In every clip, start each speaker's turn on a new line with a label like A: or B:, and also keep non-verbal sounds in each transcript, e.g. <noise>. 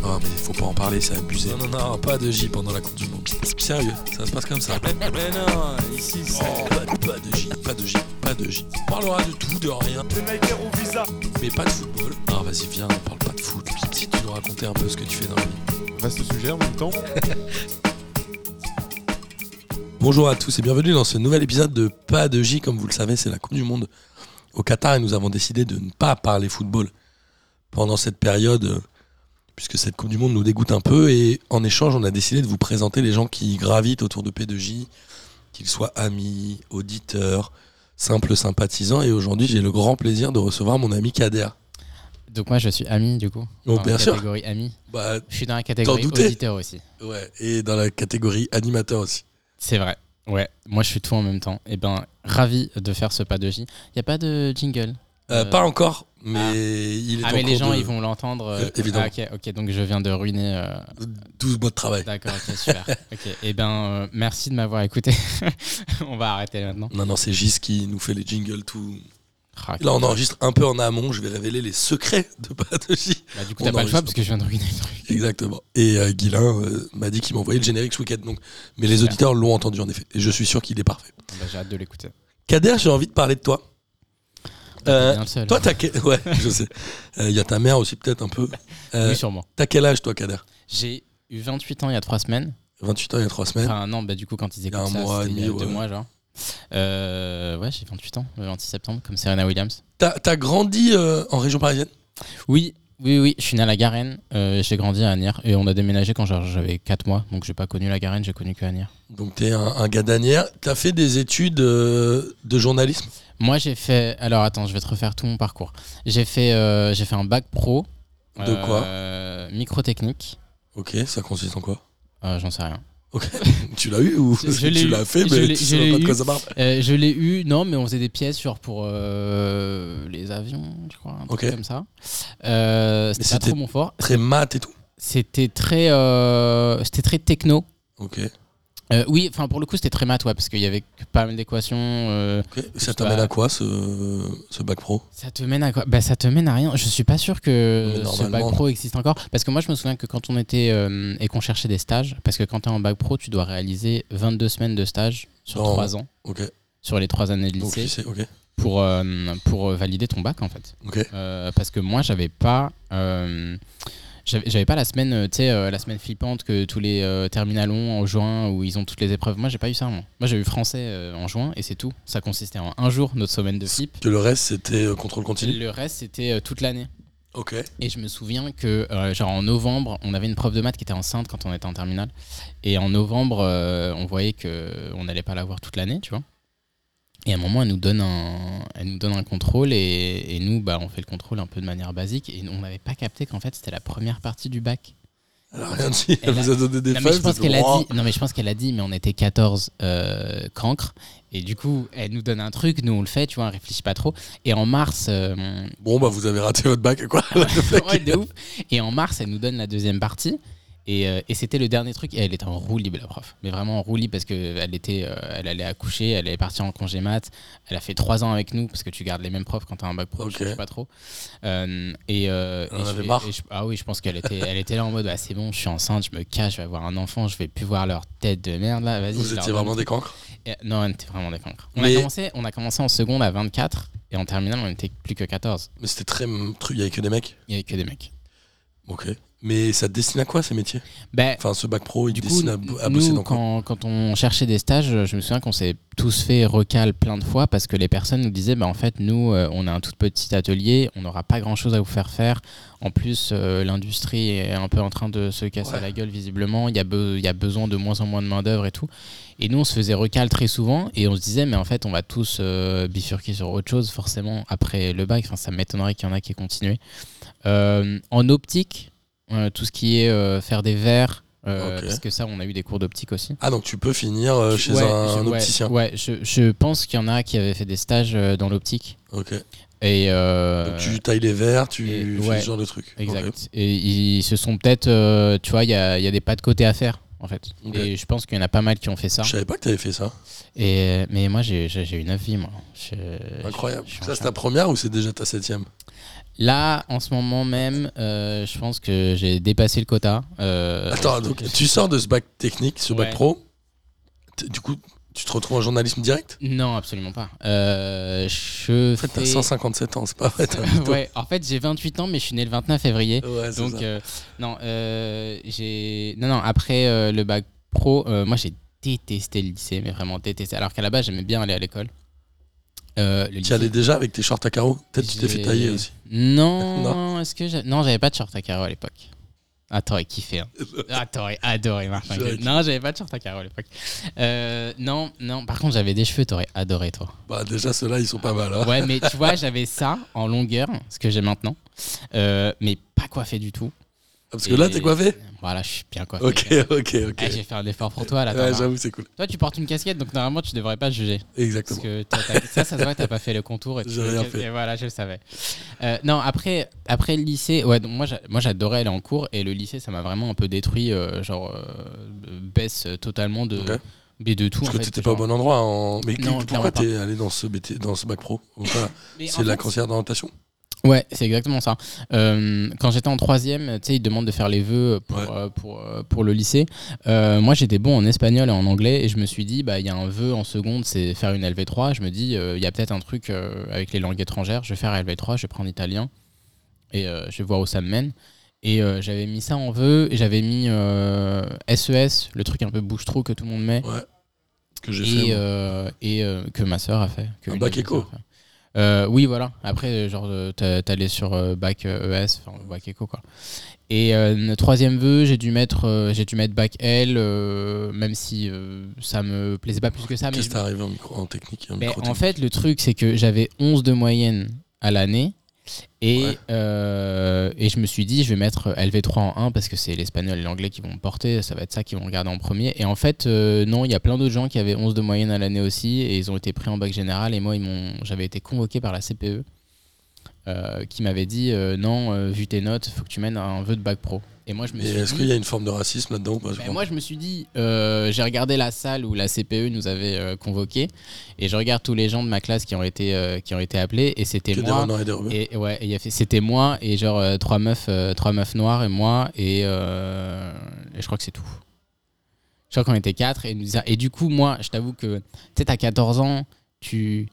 A: Non, Ah, mais faut pas en parler, c'est abusé. Non, non, non, pas de J pendant la Coupe du Monde. Sérieux, ça se passe comme ça.
B: Mais non, ici, c'est.
A: Oh, pas, pas de J, pas de J, pas de J. On parlera de tout, de rien,
C: Les Nike au visa.
A: mais pas de football. Ah, vas-y, viens, on parle pas de foot. Si tu nous racontais un peu ce que tu fais dans la vie.
D: Vaste sujet en même temps.
A: Bonjour à tous et bienvenue dans ce nouvel épisode de Pas de J. Comme vous le savez, c'est la Coupe du Monde au Qatar et nous avons décidé de ne pas parler football pendant cette période, euh, puisque cette Coupe du Monde nous dégoûte un peu. Et en échange, on a décidé de vous présenter les gens qui gravitent autour de P2J, qu'ils soient amis, auditeurs, simples sympathisants. Et aujourd'hui, j'ai le grand plaisir de recevoir mon ami Kader.
E: Donc moi je suis ami du coup.
A: Oh,
E: Dans
A: bien
E: la
A: sûr.
E: Catégorie ami.
A: Bah,
E: Je suis dans la catégorie
A: doutais
E: auditeur aussi.
A: Bah, ouais, et dans la catégorie animateur aussi.
E: C'est vrai. Ouais. Moi je suis tout en même temps. Et ben ravi de faire ce pas de J. Il y a pas de jingle.
A: Euh,
E: Euh,
A: Pas encore, mais il est
E: Ah
A: en
E: mais les
A: cours
E: gens
A: de
E: ils vont l'entendre. euh,
A: Euh, évidemment.
E: ah, ok ok donc je viens de ruiner. euh,
A: 12 mois de travail.
E: D'accord
A: <laughs>
E: ok super. ok et ben euh, merci de m'avoir écouté. <laughs> on va arrêter maintenant.
A: Non, non, c'est Gis qui nous fait les jingles tout.
E: Ah,
A: Là, on enregistre un peu en amont. Je vais révéler les secrets de Patagie.
E: bah, du coup
A: on
E: t'as pas le choix
A: enregistre.
E: parce que je viens de ruiner le
A: <laughs>
E: truc.
A: Exactement. Et euh, Guilin euh, m'a dit qu'il m'envoyait le générique ce week-end. Donc, mais les
E: Super.
A: auditeurs l'ont entendu en effet. Et je suis sûr qu'il est parfait.
E: Bah, j'ai hâte de
A: Euh,
E: l'écouter.
A: Kader, j'ai envie de parler de toi.
E: T'es
A: Euh,
E: bien le hein. seul.
A: toi, t'as quel... <laughs> ouais, je sais. Euh, Il y a ta mère aussi peut-être un peu. Euh,
E: Oui sûrement.
A: T'as quel âge toi, Kader
E: J'ai eu 28 ans il y a 3 semaines.
A: 28 ans il y a 3 semaines.
E: Enfin, non, bah, du coup, quand ils
A: Hein y a
E: écoutent
A: un
E: ça,
A: mois et
E: c'était il y a
A: demi,
E: deux
A: ouais.
E: mois, genre. Euh, ouais, j'ai 28 ans, le 26 septembre, comme Serena Williams.
A: T'as t'as grandi euh, en région parisienne.
E: Oui, oui, oui, je suis né à la Garenne, euh, j'ai grandi à Agnières, et on a déménagé quand genre, j'avais 4 mois, donc j'ai pas connu la Garenne, j'ai connu que Agnières.
A: Donc t'es un, un gars d'Anières. T'as fait des études euh, de journalisme.
E: Moi, j'ai fait. Alors, attends, je vais te refaire tout mon parcours. J'ai fait, euh, j'ai fait un bac pro.
A: De quoi
E: euh, Microtechnique.
A: Ok, ça consiste en quoi
E: Euh, J'en sais rien.
A: Ok. <laughs> tu l'as eu ou
E: Je- je
A: <laughs>
E: l'ai
A: tu
E: eu.
A: l'as fait,
E: Je
A: mais
E: l'ai-
A: tu
E: je
A: sais
E: l'ai
A: même pas de
E: eu.
A: quoi ça parle.
E: Euh, je l'ai eu, non, mais on faisait des pièces, genre pour euh, les avions, je crois, un truc
A: Ok.
E: comme ça. Euh, C'était pas
A: c'était
E: trop mon fort.
A: Très mat et tout.
E: c'était très euh, c'était très techno
A: Ok.
E: Euh, oui enfin pour le coup c'était très mat ouais, parce qu'il y avait que pas mal d'équations euh,
A: ok. Ça
E: sais
A: t'amène
E: pas.
A: à quoi ce, ce bac pro
E: ça te mène à quoi bah ça te mène à rien je suis pas sûr
A: Mais
E: que ce
A: normalement,
E: bac
A: non.
E: pro existe encore parce que moi je me souviens que quand on était euh, et qu'on cherchait des stages parce que quand t'es en bac pro tu dois réaliser 22 semaines de stage sur
A: Non.
E: 3 ans
A: Ok.
E: sur les 3 années de
A: Donc
E: lycée
A: lycée, ok.
E: pour euh, pour euh, valider ton bac en fait
A: Ok.
E: Euh, parce que moi j'avais pas euh, j'avais j'avais pas la semaine euh, tu sais euh, la semaine flippante que tous les euh, terminales ont en juin où ils ont toutes les épreuves moi j'ai pas eu ça moi moi j'ai eu français euh, en juin et c'est tout ça consistait en un jour notre semaine de flip
A: Que le reste c'était euh, contrôle continu.
E: le reste c'était euh, toute l'année
A: Ok.
E: et je me souviens que, euh, genre en novembre, on avait une prof de maths qui était enceinte quand on était en terminale. Et en novembre, euh, on voyait qu'on n'allait pas la voir toute l'année, tu vois. Et à un moment, elle nous donne un, elle nous donne un contrôle et, et nous, bah, on fait le contrôle un peu de manière basique. Et on n'avait pas capté qu'en fait, c'était la première partie du bac.
A: Elle a rien dit. Elle
E: Elle a-
A: vous a donné des
E: Non mais, je
A: feuilles,
E: pense
A: c'est
E: qu'elle a
A: tout.
E: dit, non, mais je pense qu'elle a dit, mais on était 14 euh, cancres. Et du coup, elle nous donne un truc, nous, on le fait, tu vois, on réfléchit pas trop. Et en mars, euh,
A: Bon bah vous avez raté votre bac quoi. <laughs>
E: Ouais, de ouf. Et en mars, elle nous donne la deuxième partie. Et, euh, et c'était le dernier truc. Et elle était en roue libre, la prof. Mais vraiment en roue libre parce qu'elle était, euh, elle allait accoucher, elle est partie en congé mat. Elle a fait trois ans avec nous parce que tu gardes les mêmes profs quand t'as un bac pro.
A: Ok.
E: Je sais pas trop. Euh, et, euh,
A: Elle
E: et
A: en
E: je-
A: avait
E: et-
A: marre.
E: et je- ah oui, je pense qu'elle était, elle était là en mode, bah, c'est bon, je suis enceinte, je me cache, je vais avoir un enfant, je vais plus voir leur tête de merde là. Vas-y. je
A: Vous
E: leur
A: étiez
E: donne
A: vraiment des cancres.
E: et- non, on était vraiment des cancres. On,
A: Mais-
E: a commencé, on a commencé en seconde à 24 et en terminale, on était plus que 14.
A: Mais c'était très mm, truc. Il y avait que des mecs.
E: Il y avait que des mecs.
A: Ok. Mais ça te destine à quoi ces métiers
E: Ben,
A: Enfin ce bac pro Oh, il
E: Du
A: te
E: coup,
A: destine à,
E: nous,
A: à bosser dans quoi
E: quand, quand on cherchait des stages, je me souviens qu'on s'est tous fait recal plein de fois parce que les personnes nous disaient bah, en fait, nous, euh, on a un tout petit atelier, on n'aura pas grand chose à vous faire faire. En plus, euh, l'industrie est un peu en train de se casser
A: Ouais.
E: la gueule, visiblement. Il y, a be- il y a besoin de moins en moins de main-d'œuvre et tout. Et nous, on se faisait recal très souvent et on se disait mais en fait, on va tous euh, bifurquer sur autre chose, forcément, après le bac. Enfin, ça m'étonnerait qu'il y en a qui aient continué. Euh, en optique, euh, tout ce qui est euh, faire des verres, euh,
A: Ok.
E: parce que ça, on a eu des cours d'optique aussi.
A: Ah donc tu peux finir euh, chez
E: Ouais,
A: un,
E: je- ouais,
A: opticien.
E: Ouais, je, je pense qu'il y en a qui avaient fait des stages euh, dans l'optique.
A: Ok.
E: Et, euh,
A: Donc tu tailles les verres, tu
E: et-
A: fais
E: ouais.
A: ce genre de truc.
E: Exact. Et ils se sont peut-être, euh, tu vois, il y a, il y a des pas de côté à faire. en fait.
A: Ok.
E: Et je pense qu'il y en a pas mal qui ont fait ça.
A: Je savais pas que t'avais fait ça.
E: Et, mais moi, j'ai j'ai- j'ai eu 9 vies, moi. Je-
A: Incroyable.
E: je- je suis
A: ça,
E: un
A: c'est ta première ou c'est déjà ta septième
E: Là, en ce moment même, euh, je pense que j'ai dépassé le quota. Euh,
A: Attends,
E: je-
A: donc tu sors de ce bac technique, ce bac
E: Ouais.
A: pro. T- Du coup, tu te retrouves en journalisme direct
E: Non, absolument pas. Euh, je
A: En fait, t'as
E: fais- <laughs>
A: 157 ans, c'est pas vrai, t'es un mytho.
E: ouais, en fait, j'ai 28 ans, mais je suis né le 29 février.
A: Ouais, c'est
E: Donc,
A: ça.
E: euh, non, euh, j'ai. Non, non, après euh, le bac pro, euh, moi, j'ai détesté le lycée, mais vraiment détesté. Alors qu'à la base, j'aimais bien aller à l'école. Euh, le
A: Tu y
E: lycée-
A: allais déjà avec tes shorts à carreaux Peut-être tu t'es fait
E: J'ai-
A: tailler aussi. <laughs>
E: Non,
A: Non.
E: est-ce que j'a- non, j'avais pas de short à carreaux à l'époque. Ah, t'aurais kiffé. Hein. Ah, t'aurais adoré, Martin.
A: J'aurais kiffé.
E: Non, j'avais pas de short à carreaux à l'époque. Euh, non, non. Par contre, j'avais des cheveux, t'aurais adoré, toi.
A: Bah, déjà, ceux-là, ils sont pas mal. hein.
E: Ouais, mais tu vois, j'avais ça en longueur, ce que j'ai maintenant, Euh, mais pas coiffé du tout.
A: Parce que là, t'es coiffé
E: Voilà, je suis bien coiffé.
A: Ok, ok, ok.
E: Eh, j'ai fait un effort pour toi là. t'en
A: Ouais,
E: as-
A: j'avoue, c'est cool.
E: toi, tu portes une casquette, donc normalement, tu devrais pas juger. Parce
A: Exactement.
E: que t'as- t'as- ça, ça se voit, t'as pas fait le contour. Et, tu-
A: J'ai rien fait.
E: et voilà, je le savais. Euh, non, après, après le lycée, ouais, donc moi, j'a- moi j'adorais aller en cours et le lycée, ça m'a vraiment un peu détruit. euh, genre, euh, baisse totalement de,
A: Ok.
E: mais de tout.
A: Parce
E: en
A: que
E: fait,
A: t'étais pas
E: euh, genre.
A: au bon endroit. En... Mais
E: Non,
A: pourquoi
E: clairement pas.
A: t'es allé dans ce, BT dans ce bac pro Ou pas
E: Mais en
A: C'est de la
E: fait,
A: conseillère d'orientation
E: Ouais, c'est exactement ça. Euh, quand j'étais en troisième, tu sais, ils demandent de faire les vœux pour,
A: Ouais.
E: euh, pour, euh, pour le lycée. Euh, moi, j'étais bon en espagnol et en anglais, et je me suis dit, bah, il y a un vœu en seconde, c'est faire une LV3. Je me dis, euh, il y a peut-être un truc euh, avec les langues étrangères. Je vais faire LV3, je vais prendre italien, et euh, je vais voir où ça me mène. Et euh, j'avais mis ça en vœu, et j'avais mis euh, SES, le truc un peu bouche-trou que tout le monde met,
A: Ouais. Que j'ai
E: et,
A: fait. moi.
E: euh, et euh, que ma sœur a fait. que
A: Un
E: une
A: bac
E: de mes
A: éco.
E: sœurs a fait. Euh, oui, voilà. Après, euh, genre, euh, t'as- t'allais sur euh, bac euh, ES, enfin bac éco quoi. Et euh, le troisième vœu, j'ai dû mettre, euh, j'ai dû mettre bac L, euh, même si euh, ça me plaisait pas plus que ça. Ah, Mais
A: Qu'est-ce
E: je-
A: qui t'est arrivé en micro en technique en
E: mais
A: micro
E: en fait, le truc, c'est que j'avais 11 de moyenne à l'année. Et,
A: Ouais.
E: euh, et je me suis dit, je vais mettre LV3 en 1 parce que c'est l'espagnol et l'anglais qui vont me porter, ça va être ça qu'ils vont regarder en premier. Et en fait, euh, non, il y a plein d'autres gens qui avaient 11 de moyenne à l'année aussi et ils ont été pris en bac général. Et moi, ils m'ont- j'avais été convoqué par la CPE euh, qui m'avait dit, euh, non, euh, vu tes notes, faut que tu mènes un vœu de bac pro. Et moi, je me
A: Mais
E: suis
A: est-ce
E: dit-
A: qu'il y a une forme de racisme là-dedans ou pas, je
E: ben,
A: comprends
E: moi, je me suis dit, euh, j'ai regardé la salle où la CPE nous avait euh, convoqués, et je regarde tous les gens de ma classe qui ont été, euh, qui ont été appelés, et c'était
A: Que des
E: moi.
A: Renois et des Rebeux.
E: Et et ouais, et il y a fait- c'était moi et genre euh, trois meufs, euh, trois meufs noires et moi et, euh, et je crois que c'est tout. Je crois qu'on était quatre et ils nous disaient- et du coup moi, je t'avoue que tu sais t'as 14 ans, tu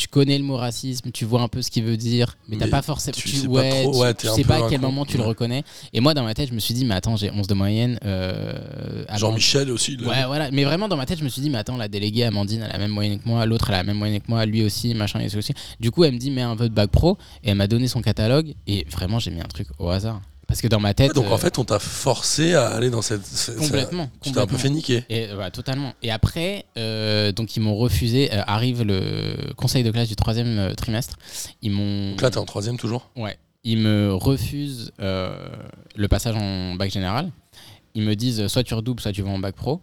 E: tu connais le mot racisme, tu vois un peu ce qu'il veut dire, mais, t'as
A: Mais
E: pas forcément
A: tu sais pas trop, ouais,
E: tu,
A: t'es un
E: sais
A: peu
E: pas à quel
A: incon-
E: moment tu le
A: ouais.
E: reconnais. Et moi dans ma tête, je me suis dit mais attends, j'ai 11 de moyenne euh, avant-
A: Jean-Michel aussi. là.
E: Ouais, voilà. Mais vraiment, dans ma tête, je me suis dit, mais attends, la déléguée Amandine, elle a la même moyenne que moi, l'autre, elle a la même moyenne que moi, lui aussi, machin, et aussi. Du coup, elle me dit, mets un vœu de bac pro, et elle m'a donné son catalogue, et vraiment, j'ai mis un truc au hasard. Parce que dans ma tête.
A: Ouais, donc
E: euh,
A: en fait, on t'a forcé à aller dans cette. cette-
E: complètement.
A: cette- Tu t'es un peu
E: complètement.
A: fait niquer.
E: Et, euh, bah, totalement. Et après, euh, donc ils m'ont refusé. euh, arrive le conseil de classe du troisième euh, trimestre. Ils m'ont.
A: Donc là, t'es en troisième toujours.
E: Ouais. Ils me refusent euh, le passage en bac général. Ils me disent soit tu redoubles, soit tu vas en bac pro.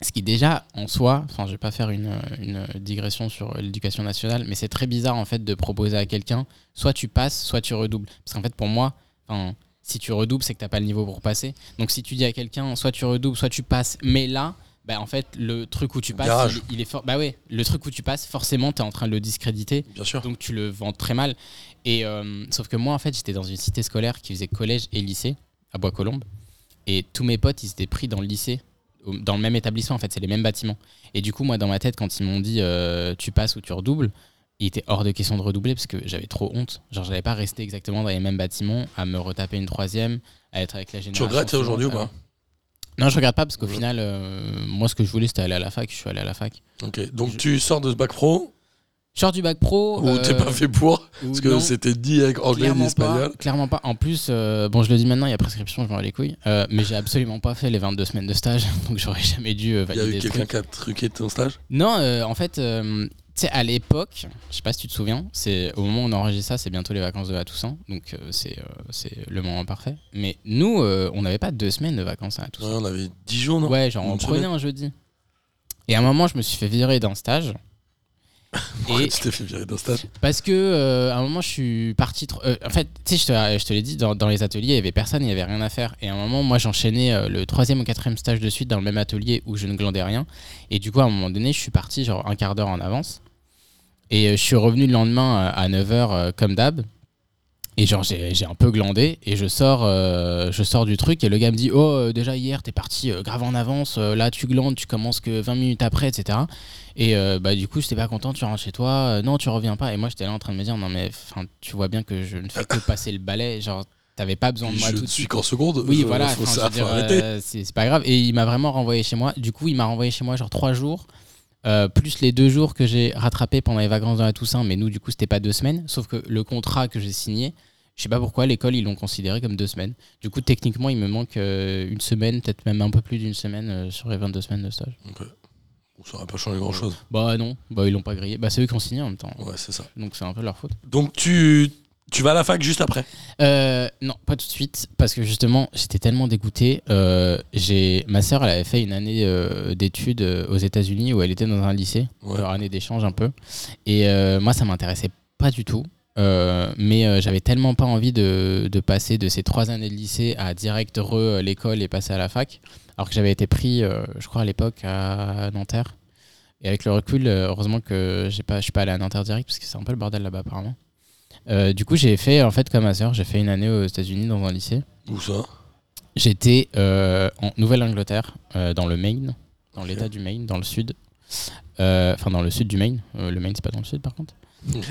E: Ce qui déjà en soi, enfin je vais pas faire une, une digression sur l'éducation nationale, mais c'est très bizarre en fait de proposer à quelqu'un soit tu passes, soit tu redoubles. Parce qu'en fait pour moi, enfin, si tu redoubles, c'est que t'as pas le niveau pour passer. Donc si tu dis à quelqu'un soit tu redoubles, soit tu passes, mais là, bah, en fait le truc où tu passes,
A: Garage.
E: il, il est fort. Bah ouais, le truc où tu passes, forcément t'es en train de le discréditer.
A: Bien sûr.
E: Donc tu le vends très mal. Et euh, sauf que moi, en fait, j'étais dans une cité scolaire qui faisait collège et lycée à Bois-Colombes. Et tous mes potes, ils étaient pris dans le lycée, au- dans le même établissement. En fait, c'est les mêmes bâtiments. Et du coup, moi, dans ma tête, quand ils m'ont dit euh, tu passes ou tu redoubles, il était hors de question de redoubler parce que j'avais trop honte. Genre, j'allais pas rester exactement dans les mêmes bâtiments, à me retaper une troisième, à être avec la génération.
A: regrettes
E: suivante. Ah
A: aujourd'hui ou pas
E: Non, je regrette pas parce qu'au
A: Ouais.
E: final, euh, moi, ce que je voulais, c'était aller à la fac. Je suis allé à la fac.
A: Ok. Donc
E: Je-
A: tu sors de ce bac pro
E: Je sors du bac pro.
A: où t'es
E: euh,
A: pas fait pour
E: où-
A: parce que
E: non.
A: c'était dit avec anglais ni
E: Clairement pas,
A: espagnol.
E: clairement pas. En plus, euh, bon, je le dis maintenant, il y a prescription, je m'en bats les couilles. Euh, mais j'ai absolument pas fait les 22 semaines de stage, <laughs> donc j'aurais jamais dû euh,
A: Il y a eu
E: valider. ce
A: quelqu'un
E: truc.
A: qui a truqué ton stage.
E: Non, euh, en fait, euh, tu sais, à l'époque, je sais pas si tu te souviens, c'est au moment où on enregistre ça, c'est bientôt les vacances de la Toussaint, donc euh, c'est euh, c'est le moment parfait. Mais nous, euh, on n'avait pas deux semaines de vacances à la
A: Ouais,
E: Toussaint.
A: on avait 10 jours non
E: Ouais, genre on
A: Une
E: prenait
A: semaine. <laughs>
E: un jeudi. Et à un moment, je me suis fait virer d'un stage.
A: Pourquoi
E: Et
A: tu t'es fait virer d'un stage
E: parce que euh, à un moment, je suis parti. tr- euh, en fait, tu sais, je te, je te l'ai dit, dans, dans les ateliers, il y avait personne, il y avait rien à faire. Et à un moment, moi, j'enchaînais euh, le troisième ou quatrième stage de suite dans le même atelier où je ne glandais rien. Et du coup, à un moment donné, je suis parti genre un quart d'heure en avance. Et euh, je suis revenu le lendemain euh, à 9h comme d'hab. Et genre, j'ai j'ai un peu glandé. Et je sors, euh, je sors du truc. Et le gars me dit Oh, euh, déjà hier, t'es parti euh, grave en avance. euh, là, tu glandes, tu commences que 20 minutes après, etc. Et euh, bah, du coup, j'étais pas content. Tu rentres chez toi. euh, non, tu reviens pas. Et moi, j'étais là en train de me dire Non, mais 'fin, tu vois bien que je
A: <coughs>
E: ne fais que passer le balai. Genre, t'avais pas besoin de moi
A: Je ne
E: tout de
A: suis
E: suite.
A: qu'en seconde.
E: Oui,
A: je-
E: voilà,
A: Faut,
E: enfin, je
A: ça,
E: veux
A: faut
E: dire,
A: arrêter.
E: euh, c'est c'est pas grave. Et il m'a vraiment renvoyé chez moi. Du coup, il m'a renvoyé chez moi genre trois jours, euh, plus les deux jours que j'ai rattrapés pendant les vacances de la Toussaint. Mais nous, du coup, c'était pas deux semaines. Sauf que le contrat que j'ai signé, je sais pas pourquoi, l'école, ils l'ont considéré comme deux semaines. Du coup, techniquement, il me manque euh, une semaine, peut-être même un peu plus d'une semaine euh, sur les 22 semaines de stage.
A: Bon, Ça n'aurait euh, pas changé grand chose.
E: Bah non, bah ils l'ont pas grillé. Bah c'est eux qui ont signé en même temps.
A: Ouais, c'est ça.
E: Donc c'est un peu leur faute.
A: Donc tu, tu vas à la fac juste après.
E: Euh, non, pas tout de suite, parce que justement, j'étais tellement dégoûté. Euh, j'ai ma sœur, elle avait fait une année euh, d'études euh, aux États-Unis où elle était dans un lycée,
A: Ouais.
E: leur année d'échange un peu. Et euh, moi, ça m'intéressait pas du tout. Euh, mais euh, j'avais tellement pas envie de, de passer de ces trois années de lycée à direct re euh, l'école et passer à la fac, alors que j'avais été pris, euh, je crois à l'époque à Nanterre. Et avec le recul, euh, heureusement que j'ai pas, je suis pas allé à Nanterre direct parce que c'est un peu le bordel là-bas apparemment. Euh, du coup, j'ai fait, en fait, comme ma sœur, j'ai fait une année aux États-Unis dans un lycée.
A: Où ça
E: J'étais euh, en Nouvelle-Angleterre, euh, dans le Maine, dans
A: Ok.
E: l'état du Maine, dans le sud. Euh, Enfin, dans le sud du Maine. Euh, le Maine, c'est pas dans le sud, par contre.
A: <laughs>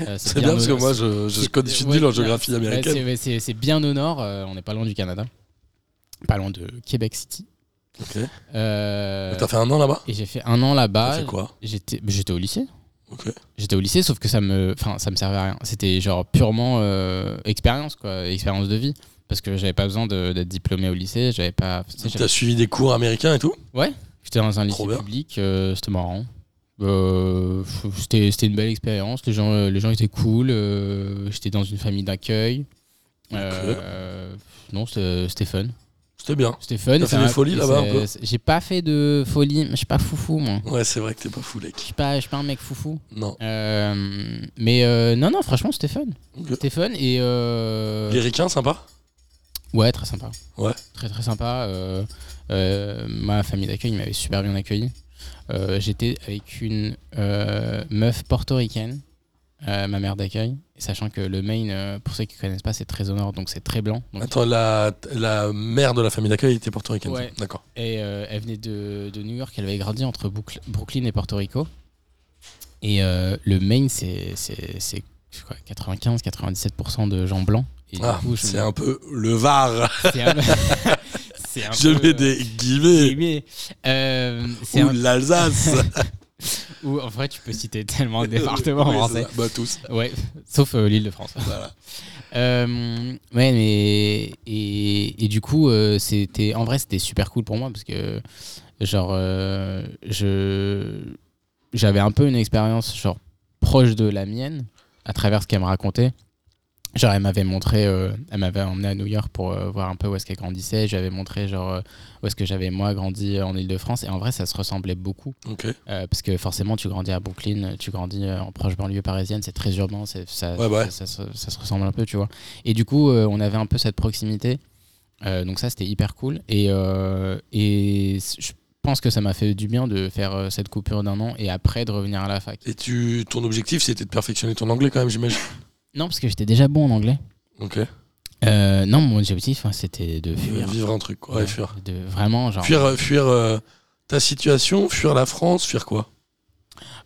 E: Euh,
A: C'est bien parce que
E: au-
A: moi, je, je
E: c'est-
A: connais je suis
E: ouais,
A: nul en
E: ouais,
A: géographie
E: c'est-
A: américaine.
E: c'est- ouais, C'est c'est bien au nord. euh, on n'est pas loin du Canada. Pas loin de Québec City.
A: Ok.
E: Euh,
A: T'as fait un an là-bas
E: et j'ai fait un an
A: T'as
E: là-bas.
A: fait quoi
E: J'étais j'étais au lycée.
A: Ok.
E: J'étais au lycée, sauf que ça me, enfin, ça me servait à rien. C'était genre purement euh, expérience, quoi, expérience de vie. Parce que j'avais pas besoin de- d'être diplômé au lycée, j'avais pas. tu sais,
A: Donc,
E: j'avais-
A: T'as suivi des cours américains et tout
E: J'étais dans un lycée
A: Trop bien.
E: public, euh, c'était marrant. Euh, f- c'était c'était une belle expérience, les gens, euh, les gens étaient cool, euh, j'étais dans une famille d'accueil. Euh, non, c'était c'était fun.
A: C'était bien.
E: C'était fun.
A: T'as
E: ça
A: fait des
E: m'a-
A: folies là-bas, un
E: c'est-
A: peu
E: c'est- J'ai pas fait de folie, mais je suis pas foufou, moi.
A: Ouais, c'est vrai que t'es pas fou, les
E: Je
A: qui.
E: suis pas, je suis pas un mec foufou.
A: Non.
E: Euh, mais euh, non, non, franchement, c'était fun.
A: Ok.
E: C'était fun et. euh,
A: Les ricains, sympa
E: Ouais, très sympa.
A: Ouais.
E: Très, très sympa. euh, euh, ma famille d'accueil m'avait super bien accueilli. Euh, J'étais avec une euh, meuf portoricaine, euh, ma mère d'accueil. Et Sachant que le Maine, euh, pour ceux qui connaissent pas, c'est très au nord, donc c'est très blanc. Donc,
A: Attends, la, la mère de la famille d'accueil était portoricaine.
E: Ouais.
A: D'accord.
E: et euh, elle venait de, de New York, elle avait grandi entre Boucle- Brooklyn et Porto Rico. Et euh, le Maine, c'est c'est- c'est, je crois, 95-97% de gens blancs. Et du
A: Ah,
E: coup, je me-
A: c'est un peu le Var.
E: <laughs> c'est un- <laughs> c'est
A: <laughs>
E: un
A: Je
E: peu,
A: mets
E: euh,
A: des guillemets.
E: Mais, euh, c'est
A: Ou
E: un-
A: l'Alsace.
E: <laughs> ou, en vrai, tu peux citer tellement de
A: <laughs>
E: départements
A: Oui,
E: français.
A: c'est ça. Bah, tous.
E: Ouais, sauf l'île de France.
A: Voilà.
E: <laughs> Euh, ouais, mais. Et, et du coup, euh, c'était. En vrai, c'était super cool pour moi parce que, genre, euh, je. J'avais un peu une expérience, genre, proche de la mienne, à travers ce qu'elle me racontait. Genre, elle m'avait montré. euh, elle m'avait emmené à New York pour euh, voir un peu où est-ce qu'elle grandissait. J'avais montré, genre, euh, où est-ce que j'avais, moi, grandi euh, en Île-de-France. Et en vrai, ça se ressemblait beaucoup.
A: Ok.
E: Euh, parce que forcément, tu grandis à Brooklyn, tu grandis euh, en proche banlieue parisienne, c'est très urbain, c'est- ça,
A: Ouais, bah ouais.
E: Ça, ça- ça se ressemble un peu, tu vois. Et du coup, euh, on avait un peu cette proximité. Euh, donc ça, c'était hyper cool. Et, euh, et c- je pense que ça m'a fait du bien de faire euh, cette coupure d'un an et après de revenir à la fac.
A: Et tu, ton objectif, c'était de perfectionner ton anglais quand même, j'imagine.
E: Non, parce que j'étais déjà bon en anglais.
A: Ok. Euh,
E: Euh, non, mon objectif, hein, c'était de fuir.
A: Vivre un truc, quoi. Ouais,
E: Ouais,
A: fuir.
E: De, vraiment, genre...
A: Fuir, euh, fuir euh, ta situation, fuir la France, fuir quoi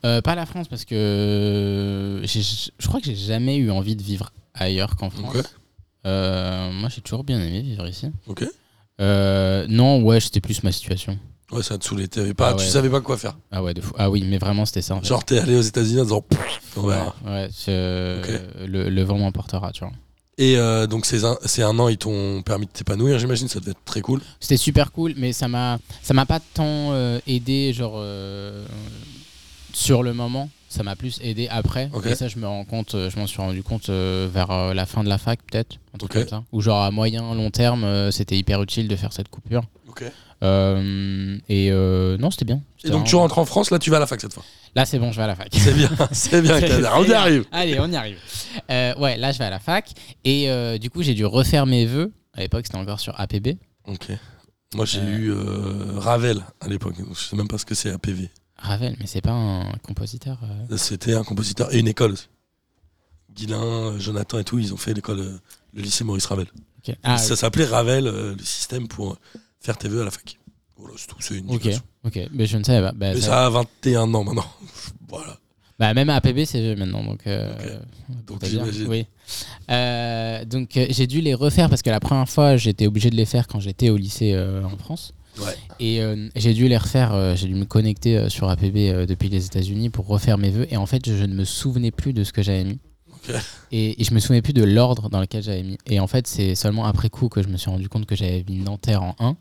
E: Euh, pas la France parce que j'ai- je crois que j'ai jamais eu envie de vivre ailleurs qu'en France.
A: Ok.
E: Euh, moi, j'ai toujours bien aimé vivre ici.
A: Ok.
E: Euh, non, ouais, c'était plus ma situation.
A: Ouais, ça te saoulait. t'avais Pas,
E: Ah
A: Tu
E: ouais.
A: savais pas quoi faire.
E: Ah ouais, de fou. Ah oui, mais vraiment, c'était ça. en fait.
A: Genre, t'es allé aux États-Unis en disant. Pff, on
E: ouais,
A: verra.
E: ouais, je- le, le vent m'emportera, tu vois.
A: Et euh, donc, ces un, ces un an, ils t'ont permis de t'épanouir, j'imagine. Ça devait être très cool.
E: C'était super cool, mais ça m'a, ça m'a pas tant euh, aidé, genre euh, sur le moment. Ça m'a plus aidé après.
A: Ok.
E: Et ça, je me rends compte, euh, je m'en suis rendu compte euh, vers euh, la fin de la fac, peut-être, un truc
A: Ok.
E: comme ça. Ou genre à moyen, long terme, euh, c'était hyper utile de faire cette coupure.
A: Ok.
E: Euh, et euh, non, c'était bien.
A: Et
E: C'était
A: donc tu
E: vraiment-
A: rentres en France, là tu vas à la fac cette fois.
E: Là, c'est bon, je vais à
A: <laughs>
E: la fac. <laughs>
A: C'est bien, c'est bien.
E: C'est-
A: Kader. On
E: <laughs> c'est
A: y
E: bien.
A: arrive.
E: Allez, on y arrive. Euh, ouais, là, je vais à la fac. Et euh, du coup, j'ai dû refaire mes vœux. À l'époque, c'était encore sur APB.
A: Ok. Moi j'ai
E: Euh.
A: eu euh, Ravel à l'époque, donc je sais même pas ce que c'est APV.
E: Ravel, mais c'est pas un compositeur. euh.
A: C'était un compositeur et une école aussi. Guilain, euh, Jonathan et tout, ils ont fait l'école, euh, le lycée Maurice Ravel.
E: Ok. Ah,
A: ça s'appelait Ravel, euh, le système pour euh, faire tes vœux à la fac. Voilà, c'est tout, c'est une
E: ok,
A: digression.
E: ok. Mais je ne savais pas. Bah,
A: Mais
E: ça-
A: ça a 21 ans maintenant. <laughs> voilà.
E: bah, même à APB, c'est vieux maintenant. Donc, euh,
A: Donc,
E: c'est bien.
A: j'imagine.
E: Oui. Euh, donc, euh, j'ai dû les refaire parce que la première fois, j'étais obligé de les faire quand j'étais au lycée euh, en France.
A: Ouais.
E: Et euh, j'ai dû les refaire, euh, j'ai dû me connecter euh, sur APB euh, depuis les États-Unis pour refaire mes vœux. Et en fait, je, je ne me souvenais plus de ce que j'avais mis.
A: Ok.
E: Et, et je me souvenais plus de l'ordre dans lequel j'avais mis. Et en fait, c'est seulement après coup que je me suis rendu compte que j'avais mis Nanterre en 1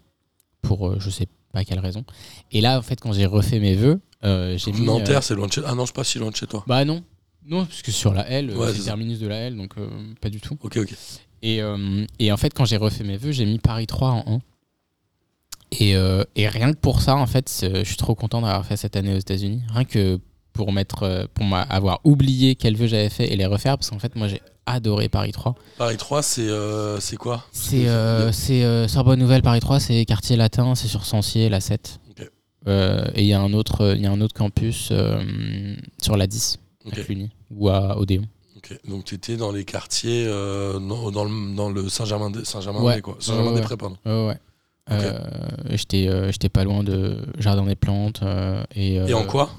E: pour euh, je sais pas quelle raison. Et là, en fait, quand j'ai refait mes vœux, euh, j'ai mis. euh,
A: Nanterre, c'est loin de chez Ah non, c'est pas si loin de chez toi.
E: Bah non. Non, parce que sur la L, euh,
A: Ouais, c'est
E: c'est le
A: ça.
E: terminus de la L, donc euh, pas du tout.
A: Ok, ok.
E: Et, euh, et en fait, quand j'ai refait mes vœux, j'ai mis Paris 3 en 1. Et, euh, et rien que pour ça, en fait, c'est- je suis trop content d'avoir fait cette année aux États-Unis. Rien que pour mettre, euh, pour m'a- avoir oublié quels vœux j'avais fait et les refaire, parce qu'en fait, moi, j'ai adoré Paris 3.
A: Paris 3, c'est euh, c'est quoi
E: C'est euh, c'est, euh, Sorbonne Nouvelle Paris 3, c'est quartier latin, c'est sur Sancier, la 7.
A: Ok.
E: Euh, et il y, a un autre- euh, il y a un autre campus euh, sur la 10,
A: Ok.
E: à Cluny, ou à Odéon.
A: Ok, Donc tu étais dans les quartiers, euh, non, dans le, dans le Saint-Germain des Saint germain
E: Ouais.
A: quoi. Saint-Germain des Prés, pardon.
E: Ouais, ouais. Euh, J'étais euh, j'étais pas loin de Jardin des Plantes. euh, et, euh,
A: Et en quoi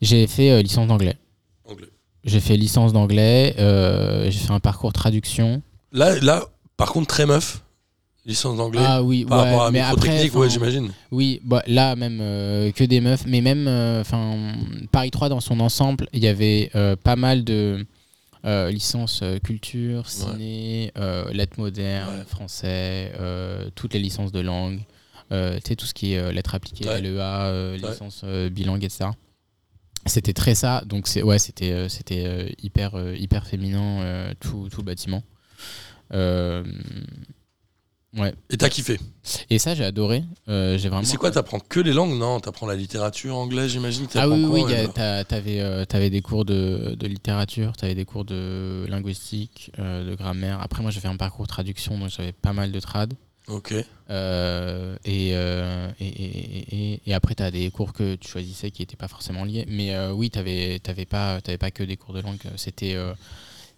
E: J'ai fait euh, licence d'anglais.
A: Anglais.
E: J'ai fait licence d'anglais, euh, j'ai fait un parcours traduction.
A: Là, là, par contre, très meuf, licence d'anglais.
E: Ah oui,
A: par
E: ouais,
A: rapport à
E: mais
A: microtechnique,
E: après,
A: ouais,
E: enfin,
A: j'imagine.
E: Oui, bah, là même euh, que des meufs, mais même euh, enfin Paris 3 dans son ensemble, il y avait euh, pas mal de euh, licences euh, culture, ciné, euh, lettres modernes,
A: Ouais.
E: français, euh, toutes les licences de langue, euh, tu sais tout ce qui est euh, lettres appliquées,
A: Ouais.
E: LEA, euh,
A: Ouais.
E: licences euh, bilingues, etc. C'était très ça, donc c'est ouais, c'était euh, c'était euh, hyper euh, hyper féminin euh, tout tout le bâtiment. Euh,
A: Et t'as kiffé.
E: et ça j'ai adoré. Euh, j'ai vraiment.
A: Et c'est quoi T'apprends que les langues Non, t'apprends la littérature anglaise, j'imagine. que
E: Ah
A: t'apprends
E: oui,
A: quoi,
E: oui, il y a-
A: alors
E: t'as- t'avais euh, t'avais des cours de, de littérature, t'avais des cours de linguistique, euh, de grammaire. Après, moi, j'ai fait un parcours traduction, donc j'avais pas mal de trad.
A: Ok.
E: Euh, et, euh, et, et, et- et après, t'as des cours que tu choisissais qui n'étaient pas forcément liés. Mais euh, oui, t'avais t'avais pas, t'avais pas que des cours de langue. C'était euh,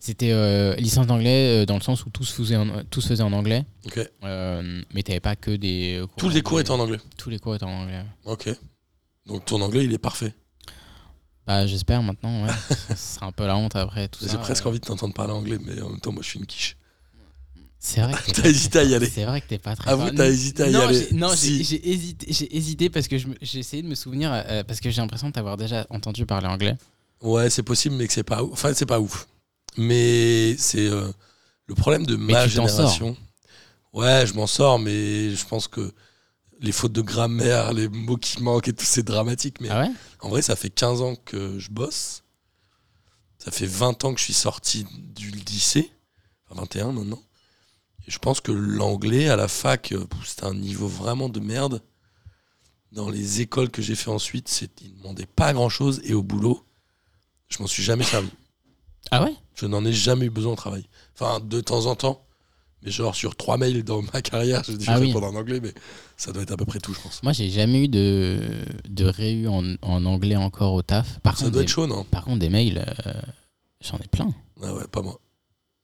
E: c'était euh, licence d'anglais euh, dans le sens où tout se faisait en, tout se faisait en anglais.
A: Ok.
E: Euh, mais t'avais pas que des cours.
A: Tous les cours étaient en anglais.
E: Tous les cours étaient en anglais.
A: Ok. Donc ton anglais, il est parfait.
E: Bah, j'espère maintenant, ouais. <laughs> Ce sera un peu la honte après tout ça.
A: J'ai presque
E: Euh,
A: envie de t'entendre parler anglais, mais en même temps, moi, je suis une quiche. <laughs>
E: C'est vrai que
A: T'as hésité à y aller.
E: C'est vrai que t'es pas très.
A: Avoue,
E: fort.
A: t'as hésité à y
E: non,
A: aller.
E: j'ai- Non, j'ai-
A: Si.
E: j'ai hésité, j'ai hésité parce que je me- j'ai essayé de me souvenir euh, parce que j'ai l'impression de t'avoir déjà entendu parler anglais.
A: Ouais, c'est possible, mais que c'est pas ouf. Enfin, c'est pas ouf. Mais c'est euh, le problème de
E: Mais
A: ma
E: tu t'en
A: génération. Ouais, je m'en sors, mais je pense que les fautes de grammaire, les mots qui manquent et tout, c'est dramatique. Mais
E: Ah ouais
A: en vrai, ça fait 15 ans que je bosse. Ça fait 20 ans que je suis sorti du lycée. Enfin, 21 maintenant. Et je pense que l'anglais à la fac, euh, pff, c'était un niveau vraiment de merde. Dans les écoles que j'ai fait ensuite, c'est- ils ne demandaient pas grand-chose. Et au boulot, je m'en suis jamais servi.
E: Ah ouais
A: Je n'en ai jamais eu besoin au travail. Enfin, de temps en temps. Mais genre, sur trois mails dans ma carrière, j'ai dû
E: Ah oui.
A: répondre en anglais, mais ça doit être à peu près tout, je pense.
E: Moi, j'ai jamais eu de, de réu en, en anglais encore au taf. Par,
A: Ça
E: contre,
A: doit
E: des,
A: être chaud, non
E: par contre, des mails, euh, j'en ai plein.
A: Ah ouais, pas moi.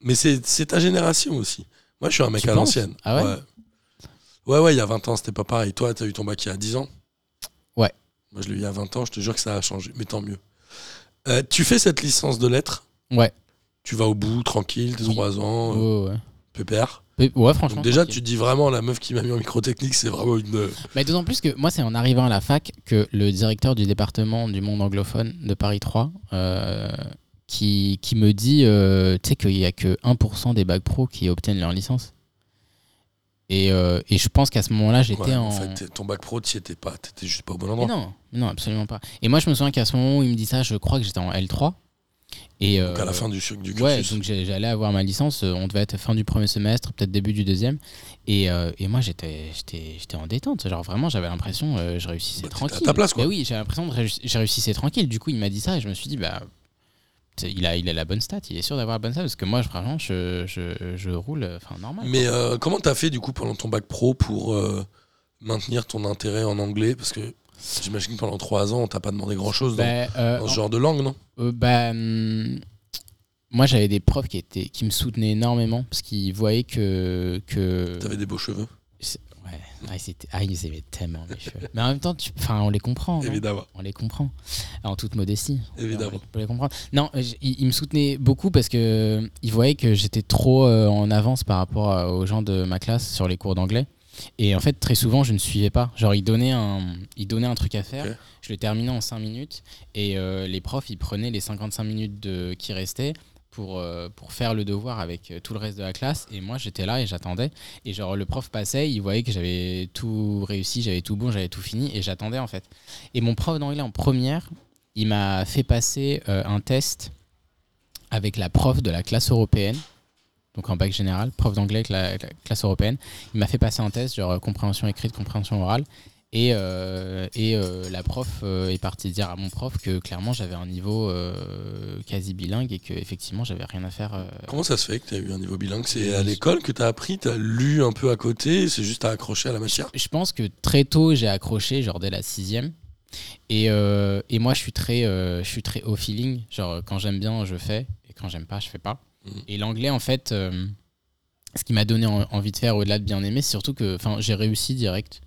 A: Mais c'est c'est ta génération aussi. Moi, je suis un mec
E: Tu
A: à
E: penses
A: l'ancienne.
E: Ah ouais
A: ouais Ouais, ouais, il y a 20 ans, c'était pas pareil. Toi, t'as eu ton bac il y a 10 ans
E: Ouais.
A: Moi, je l'ai eu il y a 20 ans, je te jure que ça a changé, mais tant mieux. Euh, tu fais cette licence de lettres
E: Ouais.
A: Tu vas au bout, tranquille, t'es
E: Oui.
A: 3 ans, euh,
E: Ouais, ouais.
A: pépère.
E: Mais- ouais, franchement.
A: Donc déjà,
E: tranquille.
A: tu dis vraiment, la meuf qui m'a mis en microtechnique, c'est vraiment une... euh,
E: Mais d'autant plus que moi, c'est en arrivant à la fac que le directeur du département du monde anglophone de Paris 3, euh, qui, qui me dit euh, tu sais qu'il n'y a que 1% des bacs pro qui obtiennent leur licence. Et, euh, et je pense qu'à ce moment-là, j'étais
A: ouais,
E: en.
A: En fait, t'es- ton bac pro, t'y étais pas, t'étais juste pas au bon
E: Mais
A: endroit.
E: non, mais non, absolument pas. Et moi, je me souviens qu'à ce moment où il me dit ça, je crois que j'étais en L3. Et,
A: Donc à la
E: euh,
A: fin du, chu- du
E: Ouais,
A: cursus.
E: donc j'ai- j'allais avoir ma licence, euh, on devait être fin du premier semestre, peut-être début du deuxième. Et, euh, et moi, j'étais j'étais- j'étais en détente. Genre, vraiment, j'avais l'impression euh, je réussissais
A: Bah, t'étais à
E: tranquille.
A: ta place, quoi.
E: Bah oui, j'avais l'impression que réuss- j'ai réussissais tranquille. Du coup, il m'a dit ça et je me suis dit, bah, t'sais, il a, il a la bonne stat, il est sûr d'avoir la bonne stat. Parce que moi, je- vraiment, je, je, je roule, euh, enfin, normal.
A: Mais euh, comment t'as fait du coup pendant ton bac pro pour euh, maintenir ton intérêt en anglais Parce que j'imagine que pendant trois ans, on t'a pas demandé grand chose dans,
E: Bah, euh,
A: dans ce genre de langue, non
E: Euh, bah, hum, moi, j'avais des profs qui, étaient, qui me soutenaient énormément parce qu'ils voyaient que. que
A: T'avais des beaux cheveux,
E: C'est- Ouais, ah, c'était- ah, ils aimaient tellement mes cheveux. Mais en même temps, tu... enfin, on les comprend. non Ah
A: évidemment.
E: on les comprend. En toute modestie.
A: Évidemment.
E: On les- on les comprend. Non, j- ils ils me soutenaient beaucoup parce que ils voyaient que j'étais trop euh, en avance par rapport à- aux gens de ma classe sur les cours d'anglais. Et en fait, très souvent, je ne suivais pas. Genre, ils donnaient un, ils donnaient un truc à faire.
A: Ok.
E: Je le terminais en 5 minutes. Et euh, les profs, ils prenaient les 55 minutes de, qui restaient pour, euh, pour faire le devoir avec euh, tout le reste de la classe. Et moi, j'étais là et j'attendais. Et genre, le prof passait, il voyait que j'avais tout réussi, j'avais tout bon, j'avais tout fini. Et j'attendais, en fait. Et mon prof d'anglais en première, il m'a fait passer euh, un test avec la prof de la classe européenne. Donc en bac général, prof d'anglais avec la, la classe européenne. Il m'a fait passer un test, genre euh, compréhension écrite, compréhension orale. Et, euh, et euh, la prof euh, est partie dire à mon prof que clairement j'avais un niveau euh, quasi bilingue et que effectivement j'avais rien à faire. euh.
A: Comment ça se fait que t'as eu un niveau bilingue C'est à l'école que t'as appris, t'as lu un peu à côté, c'est juste à accrocher à la matière
E: Je pense que très tôt j'ai accroché, genre dès la sixième. Et, euh, et moi je suis très, euh, je suis très au feeling. Genre quand j'aime bien je fais et quand j'aime pas je fais pas.
A: Mhm.
E: Et l'anglais en fait, euh, ce qui m'a donné en- envie de faire au-delà de bien aimer, c'est surtout que, enfin j'ai réussi direct.